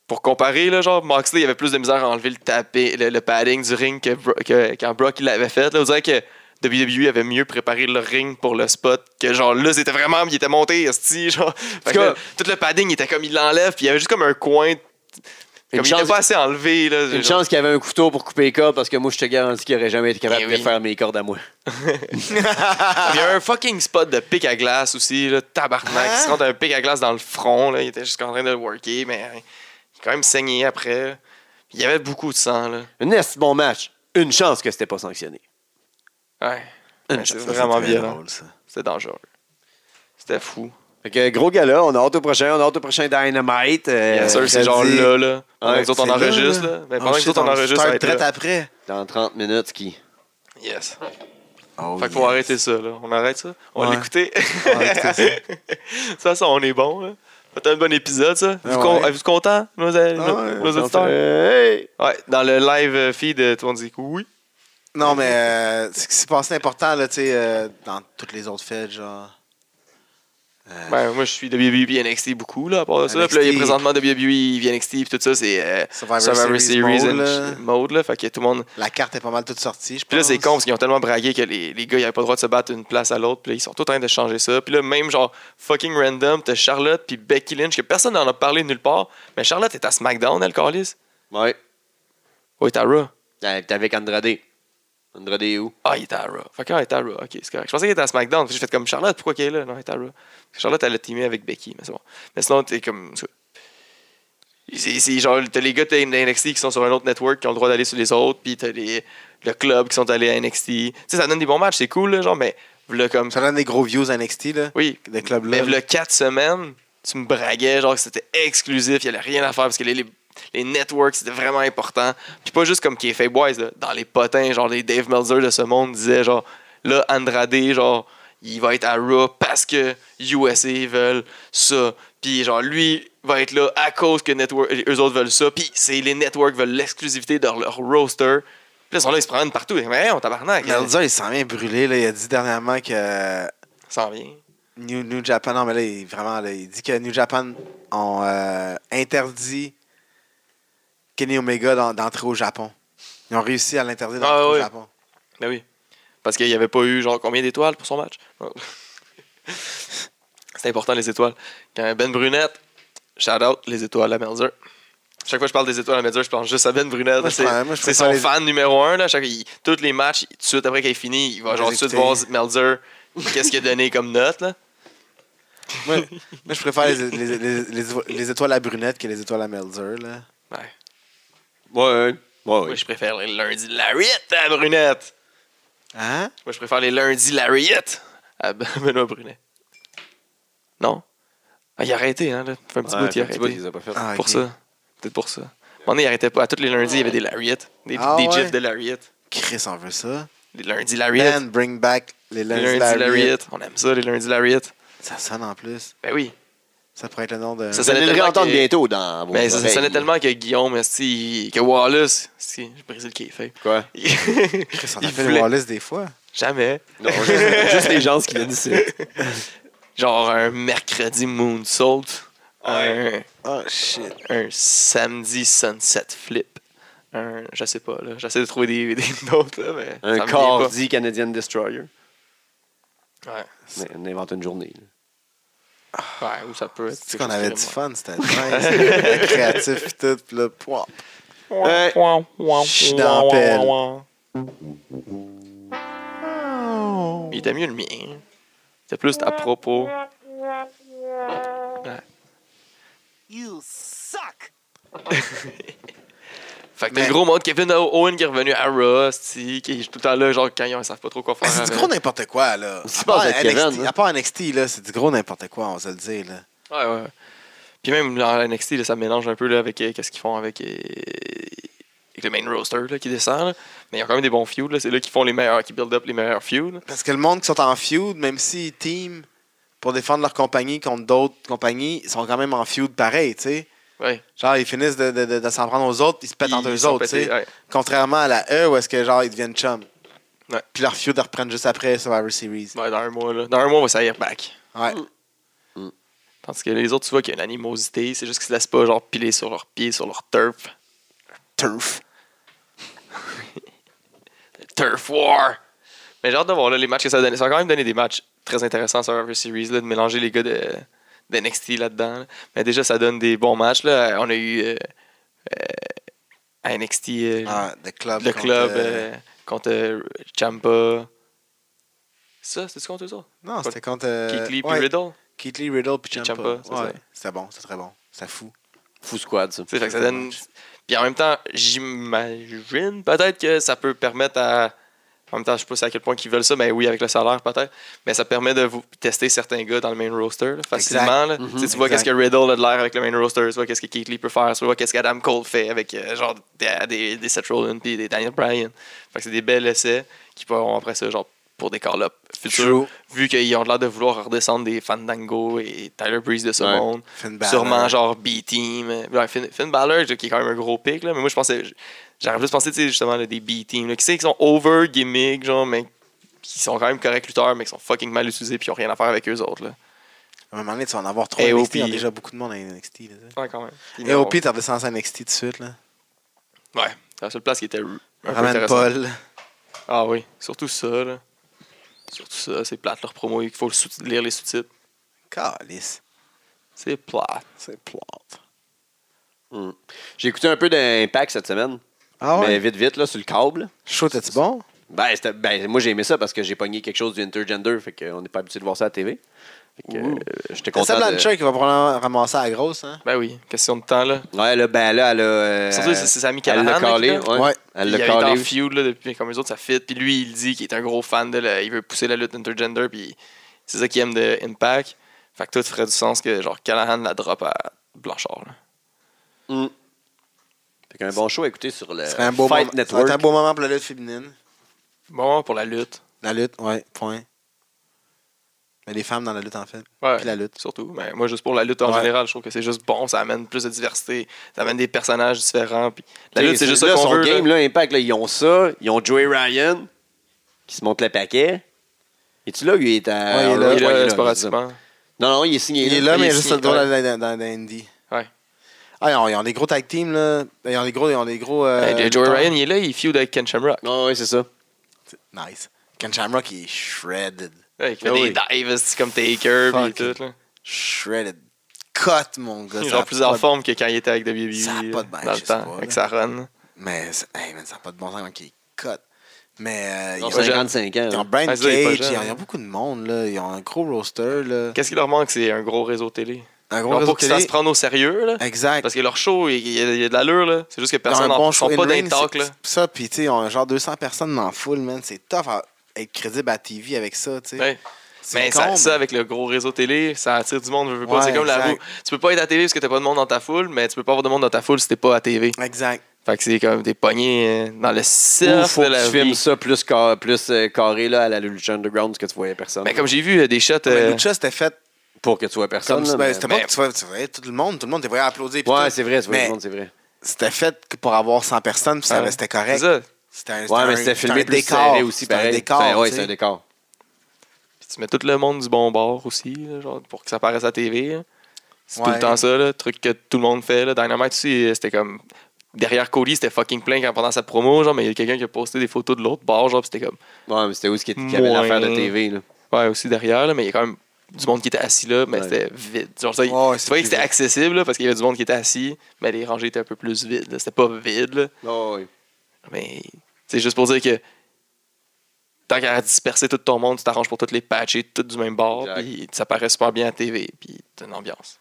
pour comparer, là, genre, Moxley il avait plus de misère à enlever le, tapé, le, le padding du ring que, Bro- que- quand Brock il l'avait fait. Là, on dirait que WWE avait mieux préparé le ring pour le spot que genre là c'était vraiment il était monté esti, genre Fait que cas- le- tout le padding il était comme il l'enlève puis il y avait juste comme un coin comme Une il chance- était pas assez enlevé là Une genre. chance qu'il y avait un couteau pour couper les cordes parce que moi, je te garantis qu'il aurait jamais été capable Eh de oui. faire mes cordes à moi. il y a un fucking spot de pic à glace aussi là tabarnak il se rentre un pic à glace dans le front là il était juste en train de le worker mais euh, il a quand même saigné après il y avait beaucoup de sang là Un est bon match. Une chance que c'était pas sanctionné. ouais Une Mais c'est chance. Euh, Ça, vraiment très violent drôle, ça. c'était dangereux c'était fou Fait que gros gala, on a hâte au prochain, on a hâte au prochain Dynamite. euh, Bien sûr, c'est je genre dis- là, là. Pendant que Ouais, nous autres, on c'est là, enregistre, là. là. Mais Oh pendant que shit, nous autres, on on enregistre, ça start va être direct là. après. Dans 30 minutes, qui. Yes. Oh, Fait qu'il yes. faut arrêter ça, là. On arrête ça. On va Ouais. l'écouter. va arrêter ça, ça, on est bon, là. Fait un bon épisode, ça. Vous Ah con- ouais. Ah Êtes-vous contents, nos, nos- ouais, nos auditeurs? Euh, hey! Ouais, dans le live euh, feed, euh, tout le monde dit que oui. Non, mais euh, ce qui s'est passé d'important, là, tu sais, euh, dans toutes les autres fêtes, genre. Euh, Ben, moi, je suis WWE NXT beaucoup, là, à part ça. NXT. Puis là, il y a présentement E, WWE NXT, puis tout ça, c'est euh, Survivor, Series, Survivor Series mode, and là. sh- mode, là. Fait que tout le monde. La carte est pas mal toute sortie, je pense. Puis là, c'est con parce qu'ils ont tellement bragué que les, les gars, ils n'avaient pas le droit de se battre d'une place à l'autre. Puis là, ils sont tout en train de changer ça. Puis là, même genre fucking random, t'as Charlotte puis Becky Lynch, que personne n'en a parlé nulle part. Mais Charlotte est à SmackDown, elle, Carlis. Ouais. Ou elle est à Raw? Euh, T'es avec Andrade. Andrade est où? Ah, il est à Raw. Fait qu'elle est à Raw. Ok, c'est correct. Je pensais qu'elle était à SmackDown. Puis j'ai fait comme Charlotte, pourquoi qu'elle est là? Non, elle est à Raw. Parce que Charlotte, elle a teamé avec Becky, mais c'est bon. Mais sinon, t'es comme. en tout cas, C'est c'est genre, t'as les gars de NXT qui sont sur un autre network qui ont le droit d'aller sur les autres, puis t'as les, le club qui sont allés à NXT. Tu sais, ça donne des bons matchs, c'est cool, là, genre, mais là, comme Ça donne des gros views à NXT, là. Oui. De club-là, Mais là. le 4 semaines, tu me braguais, genre que c'était exclusif, il n'y avait rien à faire parce que les, les, les networks, c'était vraiment important. Puis pas juste comme KFA Boys, là, dans les potins, genre les Dave Meltzer de ce monde disaient, genre, là, Andrade, genre, il va être à Raw parce que USA veulent ça. Puis genre, lui va être là à cause que network, eux autres veulent ça. Puis c'est les networks veulent l'exclusivité de leur roster. Puis là, ils sont là, ils se promènent partout. Mais hey, on tabarnak, ça Melzer, il s'en vient brûlé, là. Il a dit dernièrement que. euh, s'en vient. New, New Japan, non, mais là, il, vraiment, là, il dit que New Japan ont euh, interdit Kenny Omega d'en- d'entrer au Japon. Ils ont réussi à l'interdire d'entrer Ah, au oui. Japon. Ben oui. Parce qu'il n'y avait pas eu genre combien d'étoiles pour son match. C'est important les étoiles. Quand Ben Brunette, shout out les étoiles à Melzer. Chaque fois que je parle des étoiles à Melzer, je pense juste à Ben Brunette. Moi, je C'est prends- moi, je c'est préfère son les- fan numéro un. Là. Chaque, il- tous les matchs, il- tout de suite après qu'il est fini, il va Les genre tout de suite écouter. voir Melzer qu'est-ce qu'il a donné comme note. Là. moi, moi, je préfère les, les- les- les- les étoiles à brunette que les étoiles à Melzer. Là. Ouais. Ouais. Ouais, Moi, je préfère les lundis Lariat à Brunette. Hein? Moi, je préfère les lundis Lariat à Ben- Benoît Brunet. Non? Ah, il a arrêté, hein, là. Fait un petit bout, il a arrêté. pas fait. Ah, Pour ok. ça. Peut-être pour ça. À un moment donné, il arrêtait pas. À tous les lundis, il y avait des Lariat. Des, Ah des ouais? gifs de Lariat. Chris, on veut ça. Les lundis Lariat. Man, bring back les Les lundis lundis Lariat. Lariat. On aime ça, les lundis Lariat. Ça sonne en plus. Ben oui. Ça pourrait être le nom de. Ça, Vous ça- allez sonnait le tellement réentendre que- bientôt dans vos Mais ça, Ben, ça oreilles. sonnait tellement que Guillaume, esti, que Wallace. Si, j'ai brisé le café. Quoi? Chris, on Il appelle voulait- Wallace des fois. Jamais. Non, juste, juste les gens ce qui viennent ici. Genre un mercredi Moonsault. Un, Oh shit. un samedi Sunset Flip. Un, je sais pas, là. J'essaie de trouver des, des notes, là, mais. ça me Un vient pas. Cordi Canadian Destroyer. Ouais. Mais on invente une journée. là. Ouais, ou ça peut être. C'est quelque qu'on chose avait de du même. fun, c'était nice. créatif pis tout, pis là, pouah. Ouais. Je suis dans la Il était mieux le mien. C'était plus à propos. You suck. Fait que Mais- t'as le gros monde, Kevin Owen qui est revenu à Rust, qui est tout le temps là, genre quand ils savent pas trop quoi faire. Mais Ah, c'est du avec. gros n'importe quoi, là. C'est À part, pas avec NXT, Kevin, là. à part NXT, là, c'est du gros n'importe quoi, on va se le dire, là. Ouais, ouais. ouais. Puis même dans NXT, là, ça mélange un peu là, avec euh, qu'est-ce qu'ils font avec, euh, avec le main roster là, qui descend. là. Mais ils ont quand même des bons feuds. là. C'est là qu'ils font les meilleurs, qui build up les meilleurs feuds. là. Parce que le monde qui sont en feud, même s'ils team pour défendre leur compagnie contre d'autres compagnies, ils sont quand même en feud pareil, tu sais. Ouais. Genre, ils finissent de, de- de- de s'en prendre aux autres, ils se pètent Ils- entre ils eux sont autres, tu pétés, sais. ouais. Contrairement à la E, où est-ce que, genre, ils deviennent chum. Ouais. Puis leur feud, ils reprennent juste après Survivor Series. Mm. Ouais, dans un mois, là. Dans un mois, on va saillir back. Ouais. Tandis que les autres, tu vois qu'il y a une animosité. C'est juste qu'ils se laissent pas genre piler sur leurs pieds, sur leur turf. Turf. Turf War! Mais j'ai hâte de voir là, les matchs que ça a donné. Ça a quand même donné des matchs très intéressants sur Survivor Series, là, de mélanger les gars de, de NXT là-dedans. là. Mais déjà, ça donne des bons matchs. Là. On a eu euh, euh, à NXT euh, Ah, The Club. le contre, club euh, euh, contre euh, Ciampa. Ça, c'est contre eux autres? Non, c'était contre. euh, Keith Lee puis ouais, Riddle. Keith Lee, Riddle, puis Puis Ciampa. Ciampa, c'est ça. Ouais, c'était bon, c'était très bon. Ça fou. Fou squad, ça. Tu sais, fait que ça donne. Puis en même temps, j'imagine peut-être que ça peut permettre à. En même temps, je sais pas si à quel point ils veulent ça, mais oui, avec le salaire peut-être. Mais ça permet de vous tester certains gars dans le main roster là, facilement. là. Mhm. Tu sais, tu vois Exact. qu'est-ce que Riddle a de l'air avec le main roster, tu vois qu'est-ce que Keith Lee peut faire, tu vois qu'est-ce qu'Adam Cole fait avec euh, genre des, des, des Seth Rollins puis des Daniel Bryan. Fait que c'est des belles essais qui pourront après ça, genre pour des call-up futurs. True. Vu qu'ils ont l'air de vouloir redescendre des Fandango et Tyler Breeze de ce Ouais. monde. Finn Balor. Sûrement genre B-Team. euh, ouais, Finn, Finn Balor, qui est quand même un gros pic, là, mais moi je pensais. J'aurais plus pensé, tu sais, justement, là, des B-Team, là, qui c'est qui sont over gimmick, genre, mais qui sont quand même corrects lutteurs, mais qui sont fucking mal utilisés, puis qui ont rien à faire avec eux autres, là. À un moment donné, tu vas en avoir trois AOP. NXT. Il y a déjà beaucoup de monde à NXT. Là, ça. Ouais, quand même. Puis, mais AOP, t'as descendu à NXT tout de suite. Là. bon, Ouais, c'est la seule place qui était un peu Ramène intéressante. Paul. Ah oui, surtout ça, là. Surtout ça, c'est plate leur promo, il faut le sous- lire les sous-titres. Calice. C'est plate. C'est plate. Mm. J'ai écouté un peu d'Impact cette semaine, Ah mais ouais? vite, vite, là, sur le câble. Chaud, t'es-tu bon? Ben, c'était- ben, moi, j'ai aimé ça parce que j'ai pogné quelque chose du intergender, fait qu'on n'est pas habitué de voir ça à la TV. Fait que, Ouh. euh, j'étais C'est content. Seb De... Blanchard qui va probablement ramasser à la grosse, hein? Ben oui, question de temps, là. Ouais, là, ben là, elle a. euh, Surtout, c'est c'est Sami elle Callahan. l'a là, qui calé. l'a- Ouais. Ouais. Elle il l'a avait été en calé. feud là, depuis comme les autres, ça fit. Puis lui, il dit qu'il est un gros fan de la- il veut pousser la lutte intergender. Puis c'est ça qu'il aime de Impact. Fait que tout ferait du sens que genre Callahan la drop à Blanchard. là. Mm. Fait qu'un bon show à écouter sur le C'est un beau Euh, Fight moment. Ça va Network. être un beau moment pour la lutte féminine. Bon pour la lutte. La lutte, ouais, point. Mais les femmes dans la lutte, en fait. Ouais. Puis la lutte. Surtout. Mais moi, juste pour la lutte en Ouais. général, je trouve que c'est juste bon. Ça amène plus de diversité. Ça amène des personnages différents. Puis la T'sais, lutte, c'est juste là, ça qu'on son veut. là. game, là, Impact, là, ils ont ça. Ils ont Joey Ryan qui se monte le paquet. Es-tu là ou il est à. Ouais, il est là. Il est là, Ouais, il est là, c'est ça. sporadiquement. Non, non, il est signé. Il est là, il mais est juste signé, dans ouais. la- dans dans l'Indie. Ouais. Ah, ils ont, ils ont des gros tag teams, là. Ils ont des gros. Ils ont des gros euh, Hey, Ben, Joey Ryan, il est là, il feud avec Ken Shamrock. Ah, ouais, c'est ça. Nice. Ken Shamrock, il est shredded. Ouais, il fait Ah des oui. dives c'est comme Taker. Puis Fuck. tout. Là. Shredded. Cut, mon gars. Il est ça a genre plus en pas de- forme que quand il était avec WWE Ça a pas de bain, euh, je dans le sais temps, pas, avec là. sa run. Mais, c'est- hey, man, ça n'a pas de bon sens quand il cut. Mais, euh, Ils ont ils, ont, jeune. 55 ans. ils ont hein. Brian Ah, c'est ça, il est pas Cage, jeune, ils ont, ils ont hein. beaucoup de monde, là. Ils ont un gros roster, là. Qu'est-ce qui leur manque, c'est un gros réseau télé. Un gros Genre réseau pour qu'ils télé. ça se prendre au sérieux, là. Exact. Parce que leur show, il y a, il y a de l'allure, là. C'est juste que personne Ils ont un n'en bon sont show pas in-ring, d'intact, c'est- là. c'est Ça, puis tu sais, ils ont genre 200 personnes dans la foule, man. C'est tough à être crédible à TV avec ça, tu sais. Ouais. C'est Mais con, ça, mais- ça, avec le gros réseau télé, ça attire du monde. je veux pas. Ouais, c'est comme la exact. roue. Tu peux pas être à TV parce que t'as pas de monde dans ta foule, mais tu peux pas avoir de monde dans ta foule si t'es pas à TV. Exact. Fait que c'est comme t'es pogné euh, dans le Ou cercle faut de que la tu filmes vie. ça plus, ca- plus euh, carré là, à la Lucha Underground parce que tu voyais personne. Mais comme j'ai vu euh, des shots. Ah, Mais euh, Lucha, c'était fait Pour que tu vois personne. comme. là, ben, mais- c'était mais- pas que tu vois- tu voyais tout le monde, tout le monde était prêt à applaudir. puis Ouais, tout. c'est vrai, tu vois Mais le monde, c'est vrai. C'était fait que pour avoir 100 personnes, puis ça Ouais. restait c'est correct. ça. C'était un, Ouais, un- mais c'était filmé un plus décor. serré aussi, C'était pareil. un décor. C'est- Ouais, tu c'est un sais. décor. Puis tu mets tout le monde du bon bord aussi, là, genre, pour que ça paraisse à TV. là. C'est tout Ouais. le temps ça, là, truc que tout le monde fait. Là. Dynamite aussi, euh, c'était comme. Derrière Cody, c'était fucking plein quand- pendant sa promo, genre, mais il y a quelqu'un qui a posté des photos de l'autre bord, genre, puis c'était comme. Ouais, mais c'était où ce qui qui avait l'affaire de Moins. TV, là. Ouais, aussi derrière, là, mais il y a quand même du monde qui était assis là, mais Ouais. c'était vide. Genre, ça, il- Ouais, ouais, tu c'est voyais que plus c'était vide. accessible, là, parce qu'il y avait du monde qui était assis, mais les rangées étaient un peu plus vides. là. C'était pas vide, là. Ouais, Mais c'est juste pour dire que tant qu'à disperser tout ton monde, tu t'arranges pour toutes les patcher, toutes du même bord, Exact. puis ça paraît super bien à TV, puis t'as une ambiance.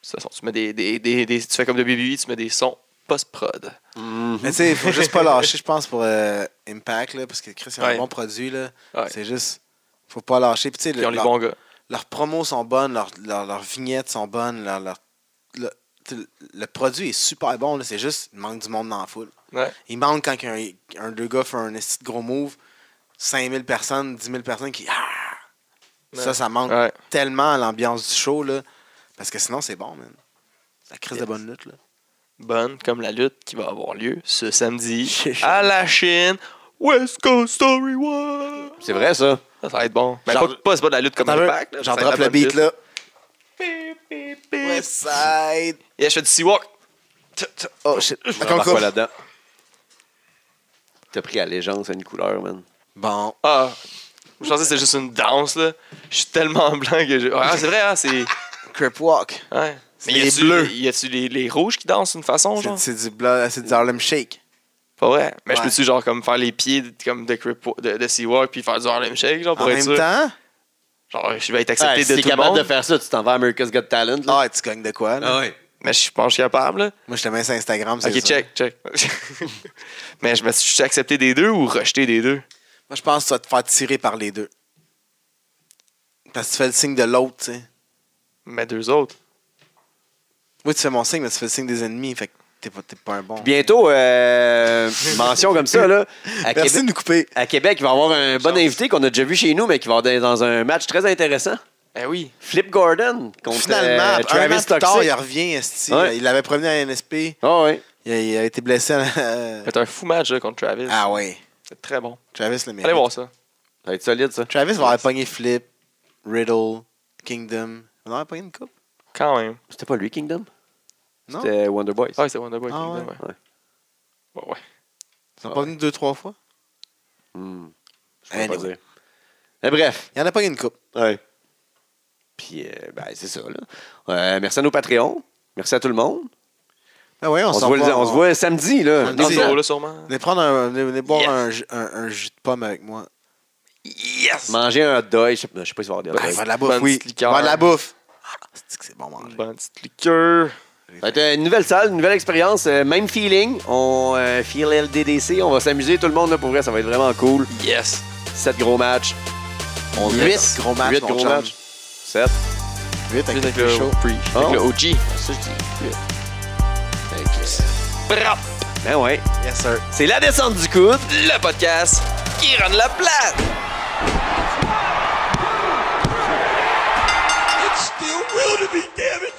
Puis de toute façon, tu mets des, des, des, des- tu fais comme de BBB, tu mets des sons post-prod. Mais tu sais, il faut juste pas lâcher, je pense, pour euh, Impact, là, parce que Chris, c'est Ouais. un bon produit, là. Ouais. C'est juste. Faut pas lâcher. Puis tu sais, Puis ils ont le- les leur- bons gars. leurs promos sont bonnes, leurs, leurs- leurs vignettes sont bonnes, leur, leur- le, tu sais, le produit est super bon, là, c'est juste il manque du monde dans la foule. Ouais. Il manque quand un, un deux gars fait un esti de gros move, 5000 personnes, 10 000 personnes qui. Ah! Ouais. Ça, ça manque Ouais. tellement à l'ambiance du show, là, parce que sinon, c'est bon, man. La crise Yes. de bonne lutte, là. Bonne comme la lutte qui va avoir lieu ce samedi à la Chine. West Coast Story War! C'est vrai, ça. Ça, ça va être bon. Mais Genre- pas, pas- c'est pas de la lutte comme Attends un peu, Impact. là, J'en ça va être drop la le bonne beat, lutte. là. Left side. Yeah, je fais du Seawalk. T- t- Oh shit. Je Encore rembarque pas quoi là-dedans. Ah, T'as pris allégeance à une couleur, man. Bon. Ah, je pensais que c'était juste une danse, là. Je suis tellement blanc que je. Ah, c'est vrai, hein, c'est. Crip walk. Ouais. C'est Mais les y a-tu bleus. Y a-tu les, les rouges qui dansent d'une façon, C'est- genre C'est du, bla- c'est du Harlem Shake. Pas vrai. Mais je Ouais. peux-tu, genre, comme faire les pieds de- comme de, crip, de, de Seawalk puis faire du Harlem Shake, genre, pour En être même sûr Ah temps, Genre, je vais être Ah, accepté si de t'es tout le capable monde. de faire ça, tu t'en vas à America's Got Talent. Là. ah, tu gagnes de quoi? Là? ouais. Mais je pense que je suis capable, là. Moi, je te mets sur Instagram. c'est Ok, ça. check, check. Mais je me suis accepté des deux ou rejeté des deux Moi, je pense que tu vas te faire tirer par les deux. Parce que tu fais le signe de l'autre, tu sais. Mais deux autres. Oui, tu fais mon signe, mais tu fais le signe des ennemis. Fait que t'es pas, t'es pas un bon. Bientôt, euh, mention comme ça, là. À Merci Québec, de nous couper. à Québec, il va y avoir un bon Chance. invité qu'on a déjà vu chez nous, mais qui va être dans un match très intéressant. Ben oui. Flip Gordon contre Finalement, euh, un an Travis plus tard, il Toxic. revient. esti. Ouais. Il l'avait promené à NSP. Ah ouais. Il a, il a été blessé à la- C'est un fou match, là, contre Travis. Ah ouais. C'est très bon. Travis le mérite. Allez voir ça. Ça va être solide, ça. Travis va avoir pogné Flip, Riddle, Kingdom. On va avoir pogné une coupe? Quand même. C'était pas lui, Kingdom? Non? Ils C'était Wonder Boys. Ouais, c'est Wonderboy. Ah Kingdom, ouais. ouais. Ouais, ouais. sont pas venus deux, trois fois? Hmm. Je peux Anyway. pas dire. Mais bref. Il en a pogné une coupe. Ouais. Puis, euh, ben, c'est ça, là. Euh, merci à nos Patreons. Merci à tout le monde. Ah ouais, on, On, se, s'en voit, va, le- on se voit samedi, là. Samedi. Dans Dis- ce là sûrement. Venez prendre un, venez- venez boire Yes. un, ju- un- un jus de pomme avec moi. Yes! Manger un hot dog. Je sais pas je sais pas si va y avoir des hot Ah, dogs. va de la bouffe, bonne oui. petite liqueur. Va de la bouffe. Ah, c'est que c'est bon manger. Bonne petite liqueur. Ça va être euh, une nouvelle salle, une nouvelle expérience, euh, même feeling. On euh, feel LDDC, on va s'amuser tout le monde là, pour vrai, ça va être vraiment cool. Yes! 7 gros matchs. On se Huit laisse. gros matchs, Huit mon gros chum. matchs. 7. Vite Juste avec avec le le show. pre- Oh. Avec le OG. Ça, je dis huit. Fait que, Brap! euh, Ben ouais. Yes, sir. C'est la descente du coude. Le podcast qui rend la plate! It's still real to me, damn it!